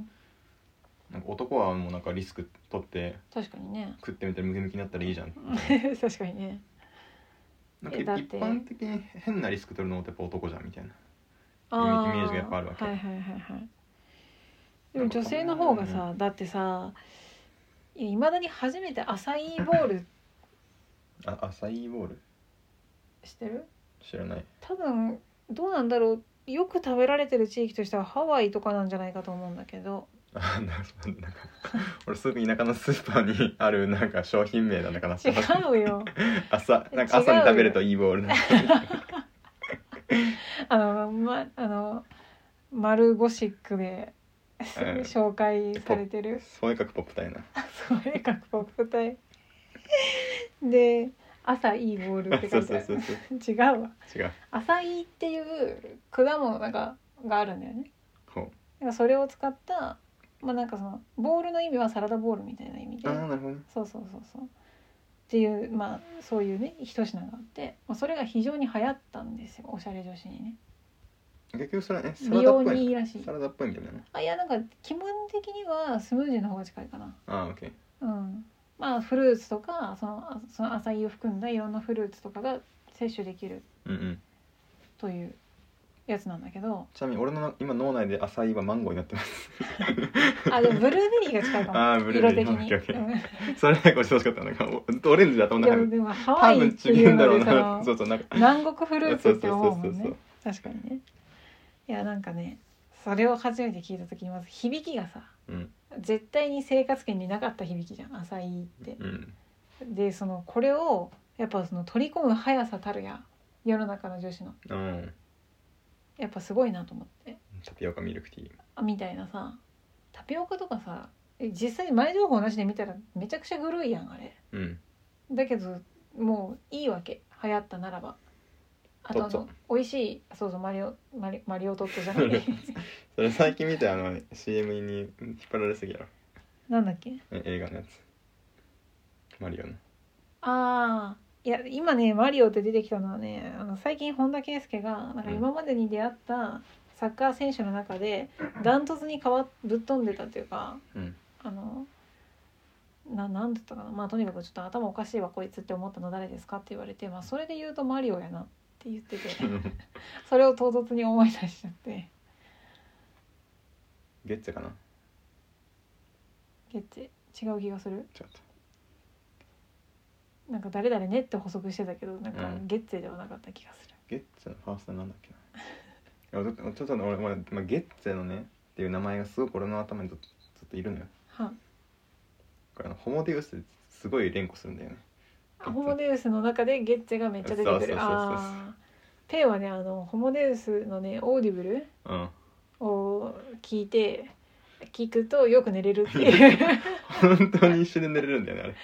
S1: なんか男はもうなんかリスク取って
S2: 確かにね
S1: 食ってみたらムキムキになったらいいじゃん
S2: 確かにね
S1: なん
S2: えだ
S1: か
S2: っ
S1: 一
S2: て
S1: 般的に変なリスク取るのってやっぱ男じゃんみたいな
S2: あ
S1: イメージがやっぱあるわけ
S2: はいはいはいはいでも女性の方がさだってさいまだに初めてアサイーボール
S1: あアサイーボール
S2: してる
S1: 知らない
S2: 多分どうなんだろうよく食べられてる地域としてはハワイとかなんじゃないかと思うんだ けど
S1: あなんかそうなんか 俺すぐ田舎のスーパーにあるなんか商品名なんだかな
S2: 違うよ
S1: 朝なんか朝に
S2: 違うよ
S1: 食べるといいボー ルだ
S2: あの、ま、あの、丸ゴシックで、
S1: うん
S2: 紹介されてる、
S1: そういうかくポップたいな
S2: それかポップ隊。で、朝いいボールって
S1: そ
S2: 書
S1: う
S2: い
S1: そ
S2: て
S1: う
S2: あ
S1: そ
S2: る。
S1: うそう
S2: 違うわ。
S1: 違う
S2: 朝いいっていう果物なんかがあるんだよね。
S1: ほ
S2: なんかそれを使ったまあなんかそのボールの意味はサラダボールみたいな意味で
S1: ああなるほどね
S2: そうそうそうそうっていうまあそういうね一品があって、まあ、それが非常に流行ったんですよおしゃれ女子にね
S1: 結局それはねサラ
S2: 美
S1: ダ
S2: 容
S1: っぽ
S2: にい
S1: い
S2: いらしい
S1: サラダっぽいみたいなね
S2: あいやなんか気分的にはスムージーの方が近いかな
S1: ああオッケー
S2: うんまあフルーツとかそのあその浅いを含んだいろんなフルーツとかが摂取できる
S1: うんうん
S2: というやつなんだけど
S1: ちなみに俺の今脳内で浅いはマンゴーになってます
S2: あでもブルーベリーが近いかも
S1: あーブルーベリー
S2: 色的に
S1: オッケーオッそれなんか教えてほしかったなんかおオレンジで頭
S2: うん
S1: の中に
S2: いやでもハ
S1: 多
S2: ワイ
S1: 分
S2: って
S1: 違
S2: いう
S1: うんだろう
S2: のでそ
S1: な
S2: の
S1: そうそうなんか
S2: 南国フルーツって思うも
S1: そうんそうそうそう
S2: ね確かにねいやなんかねそれを初めて聞いた時にまず響きがさ
S1: うん
S2: 絶対に生活圏になかった響きじゃん浅いって
S1: うん
S2: でそのこれをやっぱその取り込む速さたるや世の中の女子の
S1: うん
S2: やっぱすごいなと思って
S1: タピオカミルクティー
S2: あみたいなさタピオカとかさえ実際に前情報なしで見たらめちゃくちゃグルいやんあれ
S1: うん
S2: だけどもういいわけ流行ったならばあとあ
S1: トッ
S2: の美味しいそうそうマリオマリマリオトットじゃなくて
S1: それ最近見たあの CM に引っ張られすぎやろ
S2: なんだっけ
S1: え映画のやつマリオの
S2: ああいや今ねマリオって出てきたのはねあの最近本田圭佑がなんか
S1: うん
S2: 今までに出会ったサッカー選手の中でダントツに変わっぶっ飛んでたっていうか
S1: うん
S2: あのななんだったかなまあとにかくちょっと頭おかしいわこいつって思ったの誰ですかって言われて、まあ、それで言うとマリオやなって言 っててそれを唐突に思い出しちゃって
S1: ゲッツェかな
S2: ゲッチ違う気がする
S1: ちょっと
S2: なんか誰々ねって補足してたけどなんか
S1: うん
S2: ゲッツェではなかった気がする、
S1: ゲッツェのファーストなんだっけないやちょっとちょっとね俺俺、まあ、ゲッツェのねっていう名前がすごく俺の頭にずっとずっといるのよ
S2: は
S1: これあのホモデウスすごい連呼するんだよね
S2: あホモデウスの中でゲッツェがめっちゃ出て
S1: そう
S2: く
S1: そうそうそう
S2: るああペイはねあのホモデウスのねオーディブル
S1: うん
S2: を聞いて聞くとよく寝れるっていう
S1: 本当に一緒で寝れるんだよね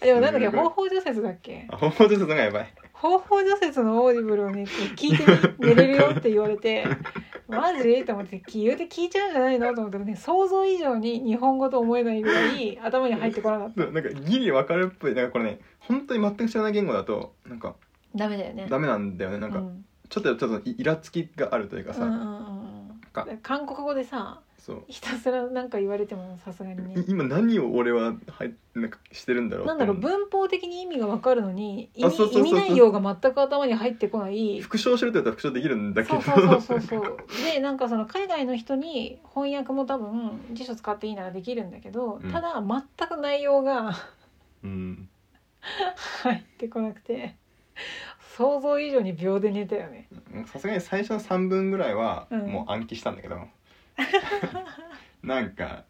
S1: あれ
S2: でもなんだっけ
S1: すごい
S2: 方法除雪だっけ
S1: あホモデウスのがやばい
S2: 方法除雪のオーディブルをね聞いてみ寝れるよって言わ れてマジと思ってき言うて聞いちゃうんじゃないのと思ったらね想像以上に日本語と思えないぐらい頭に入ってこなかった
S1: そうなんかギリわかるっぽいなんかこれね本当に全く知らない言語だとなんか
S2: ダメだよね
S1: ダメなんだよねなん
S2: う
S1: か
S2: ん
S1: ちょっとちょっとイラつきがあるというか
S2: うんう
S1: さ
S2: んうんうん
S1: か
S2: 韓国語でさ
S1: そう
S2: ひたすらなんか言われてもさすがにね
S1: い今何を俺ははいなんかしてるんだろう
S2: なんだろう
S1: って思
S2: 文法的に意味がわかるのに意
S1: あそう
S2: 味
S1: そうそうそう
S2: 意味内容が全く頭に入ってこない
S1: 復唱してるって言ったら復唱できるんだけ
S2: そ
S1: ど
S2: うそうそうそうそうでなんかその海外の人に翻訳も多分辞書使っていいならできるんだけど、
S1: うん
S2: ただ全く内容が
S1: うん
S2: 入ってこなくて想像以上に秒で寝たよね
S1: さすがに最初の3分ぐらいは
S2: うん
S1: もう暗記したんだけど、 なんか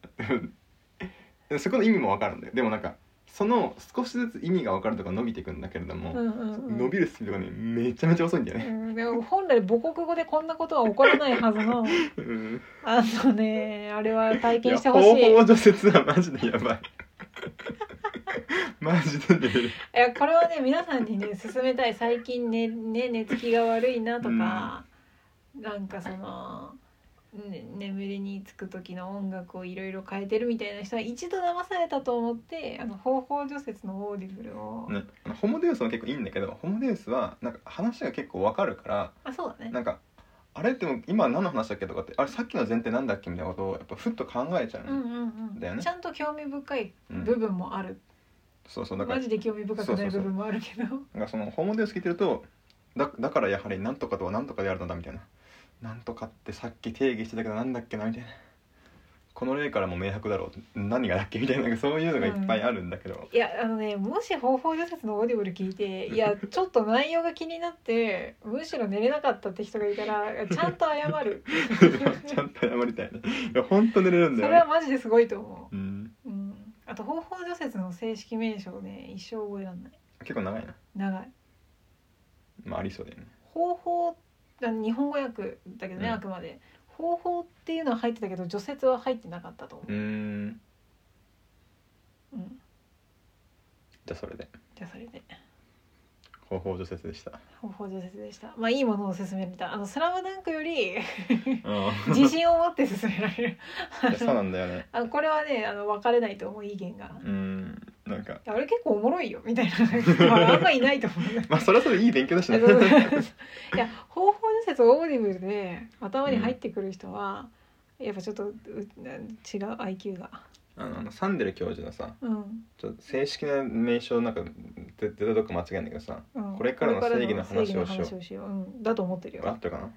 S1: そこの意味もわかるんだよでもなんかその少しずつ意味がわかるとか伸びていくんだけれど
S2: う
S1: も、
S2: んうん、うん、
S1: 伸びるスピードがねめちゃめちゃ遅いんだよ
S2: う
S1: ね、
S2: ん、でも本来母国語でこんなことは起こらないはずの
S1: うん、
S2: あのねあれは体
S1: い
S2: 験
S1: や
S2: して
S1: 方
S2: ほしいい
S1: 法除雪はマジでやばい マジで寝れる
S2: やこれはね皆さんにね勧めたい最近ねね寝つきが悪いなとか、なんかその、ね、眠りにつく時の音楽をいろいろ変えてるみたいな人は一度騙されたと思ってあの方法除雪のオーディブルを、
S1: ね、あのホモデウスも結構いいんだけどホモデウスはなんか話が結構わかるから
S2: あそうだね
S1: なんかあれでも今何の話だっけとかってあれさっきの前提なんだっけみたいなことをやっぱふっと考えちゃうの、
S2: うんうんうん、
S1: だよね
S2: ちゃんと興味深い
S1: うん
S2: 部分もある、
S1: そうそうだから
S2: マジで興味深くない部分もあるけど
S1: なんかそのホモデウス聞いてるとだだからやはりなんとかとはなんとかであるのだみたいななんとかってさっき定義してたけどなんだっけなみたいなこの例からも明白だろう何がだっけみたいななんかそういうのがいっぱいあるんだけど、
S2: いやあのねもし方法除雪のオーディブル聞 いていやちょっと内容が気になってむしろ寝れなかったって人がいたらちゃんと謝る
S1: ちゃんと謝りたいねいやほんと寝れるん
S2: そ
S1: だよね
S2: れはマジですごいと思
S1: うん
S2: う、うん、あと方法除雪の正式名称ね一生覚えられない
S1: 結構長いな
S2: 長い
S1: まあありそうだよね
S2: 方法あ日本語訳だけどね、
S1: うん
S2: あくまで方法っていうのは入ってたけど除雪は入ってなかったと思
S1: うーん
S2: う、うん、
S1: じゃあそれで
S2: じゃあそれで
S1: 方法除雪でした。
S2: 方法除雪でしたまあいいものを勧められたあの「スラムダンク より
S1: うん。
S2: 自信を持って勧められるあ
S1: そうな
S2: の
S1: んだよね。
S2: あこれはねあの別れないと思う意見が
S1: うん。なんか
S2: いやあれ結構おもろいよ みたいなまああんまいないと思うんだけど
S1: まあそれはそれでいい勉強だしね。
S2: いや方法除雪をオーディブルで頭に入ってくる人は、やっぱちょっとうな違う IQ が
S1: あのあのサンデル教授のさ、
S2: うん
S1: ちょっと正式な名称なんか出たどっか間違いないけどさ、
S2: うん
S1: これからの正義の話をしよう
S2: これからの正義の話をしよう、うん、だと思ってる
S1: あ
S2: よ、
S1: ったかな。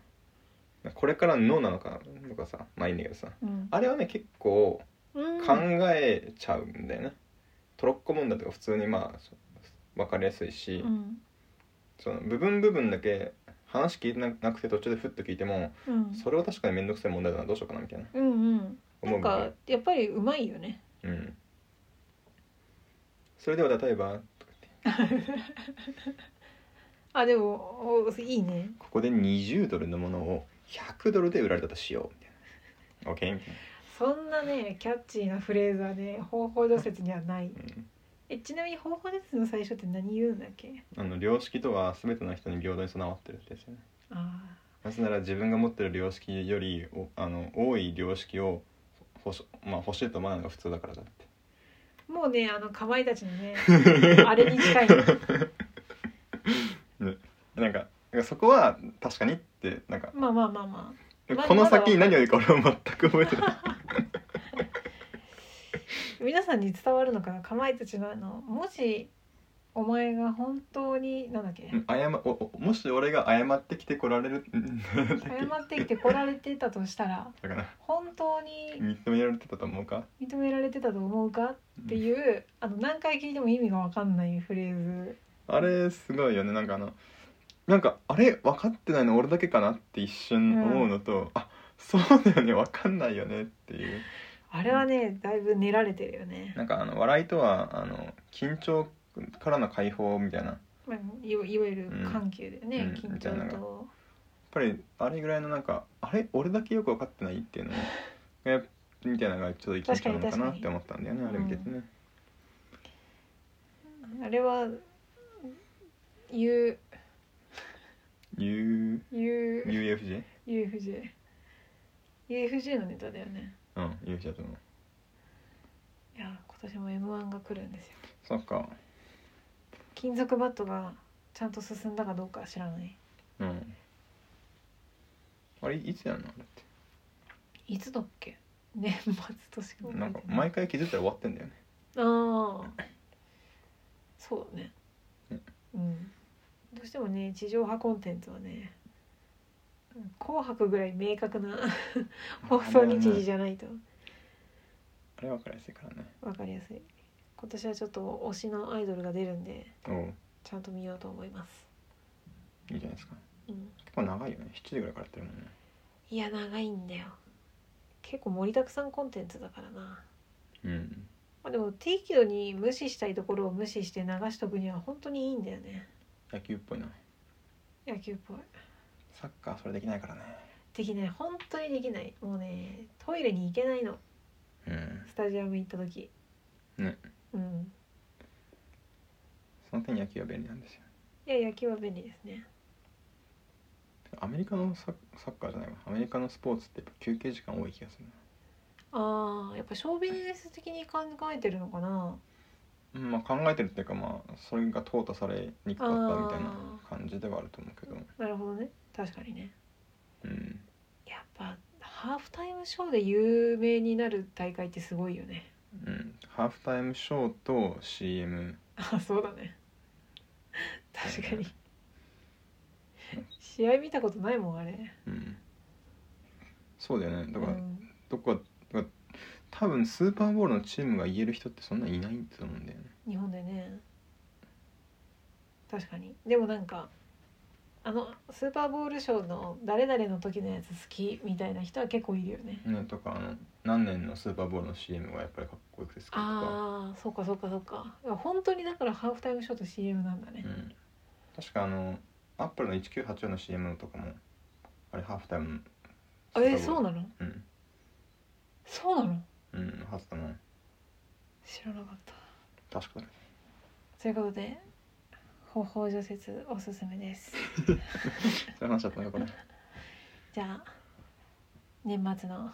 S1: これからの脳なのかとかさ、まあいいんだけどさ、
S2: うん、
S1: あれはね結構
S2: うん
S1: 考えちゃうんだよね。トロッコ問題とか普通にまあそわかりやすいし、
S2: うん
S1: その部分部分だけ話聞いてなくて途中でふっと聞いても、
S2: うん
S1: それは確かに面倒くさい問題だなどうしようかなみたいな
S2: うんうん、な
S1: 思
S2: ん
S1: う部
S2: か
S1: 分。
S2: やっぱりうまいよね
S1: うん。それでは例えば
S2: あでもおいいね
S1: ここで20ドルのものを100ドルで売られたとしようみたいな。OK? みたい
S2: そんなねキャッチーなフレーズはね方法除雪にはない
S1: なうん
S2: えちなみに方法除雪の最初って何言うんだっけ
S1: あの良識とは全ての人に平等に備わってるってやつよね。
S2: あ
S1: なぜなら自分が持ってる良識よりおあの多い良識を欲し,、まあ、欲しいと思わないのが普通だからだって。
S2: ーもうねあのかまいたちの ねあれに近い
S1: なんかなんかそこは確かにってなんか
S2: まあまあまあまあま
S1: この先に何を言うか俺は全く覚えてない。
S2: 皆さんに伝わるのかなかまいたちのあのもしお前が本当になんだっけ
S1: うん謝おおもし俺が謝ってきてこられるうん
S2: 謝ってきて来られてたとしたら
S1: だから
S2: 本当に
S1: 認められてたと思うか
S2: 認められてたと思うかって
S1: うん
S2: いうあの何回聞いても意味が分かんないフレーズ
S1: あれすごいよねなんかあのなんかあれ分かってないの俺だけかなって一瞬思うのと、あそうだよね分かんないよねっていう
S2: あれはねだいぶ練られてるよね、
S1: なんかあの笑いとはあの緊張からの解放みたいなやっ
S2: まあ、いわいわゆる緩急だよね、
S1: うん
S2: 緊張と、
S1: ぱりあれぐらいのなんかあれ俺だけよく分かってないっていうの がみたいなのがちょっと緊張なのかなって思ったんだよねあ
S2: 確
S1: れ
S2: かに
S1: 見ててね。
S2: あれは言う
S1: U
S2: 言う
S1: UFJ?
S2: UFJ UFJ のネタだよね
S1: うん UFJ だと思う。
S2: いや今年も m 1が来るんですよ
S1: そっか。
S2: 金属バットがちゃんと進んだかどうかは知らない
S1: うん。あれいつやんのあれって。
S2: いつだっけ年末としか覚えて
S1: なんか毎回気づいたら終わってんだよね。
S2: ああそうだね
S1: うん
S2: うんどうしてもね地上波コンテンツはねうん「紅白」ぐらい明確な 放送日時じゃないと
S1: あれは分かりやすいからね。
S2: 分かりやすい今年はちょっと推しのアイドルが出るんで
S1: おう
S2: ちゃんと見ようと思います、
S1: いいじゃないですか。
S2: うん、
S1: 結構長いよね。7時ぐらいからやってるもんね。
S2: いや長いんだよ結構盛りだくさんコンテンツだからな
S1: うん。
S2: まあでも適度に無視したいところを無視して流しとくには本当にいいんだよね
S1: 野球っぽいな。
S2: 野球っぽい
S1: サッカーそれできないからね。
S2: できない本当にできないもうねトイレに行けないの
S1: うん。
S2: スタジアム行った時
S1: ね
S2: うん
S1: その点野球は便利なんですよ。
S2: いや野球は便利ですね
S1: アメリカのサッサッカーじゃないわ。アメリカのスポーツってやっぱ休憩時間多い気がするな。
S2: あーやっぱショービジネス的に考えてるのかな
S1: うんまあ考えてるっていうかまあそれが淘汰されにくかったみたいな感じではあると思うけど。
S2: なるほどね確かにね
S1: うん。
S2: やっぱハーフタイムショーで有名になる大会ってすごいよね
S1: うん。ハーフタイムショーと CM。
S2: あそうだね確かに試合見たことないもんあれ
S1: うんそうだよねだ
S2: う
S1: から、
S2: ん、
S1: どこかだから多分スーパーボールのチームが言える人ってそんないないと思うんだよね
S2: 日本でね確かにでもなんかあのスーパーボールショーの誰々の時のやつ好きみたいな人は結構いるよね
S1: ねとかあの何年のスーパーボールの CM がやっぱりかっこよくて好きとか、
S2: ああそうかそうかそうかいや本当にだからハーフタイムショーと CM なんだね
S1: う、ん、確かあのアップルの1984の CM とかもあれハーフタイム
S2: あえそう
S1: な
S2: なの
S1: うん
S2: そうなの
S1: うんはずだな
S2: 知らなかった
S1: 確かだね
S2: ということで方法除雪おすすめです
S1: そういう話だったねこれ
S2: じゃあ年末の、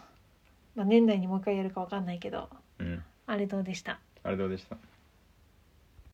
S2: まあ、年内にもう一回やるかわかんないけど
S1: うん
S2: あれどうでした
S1: あれどうでした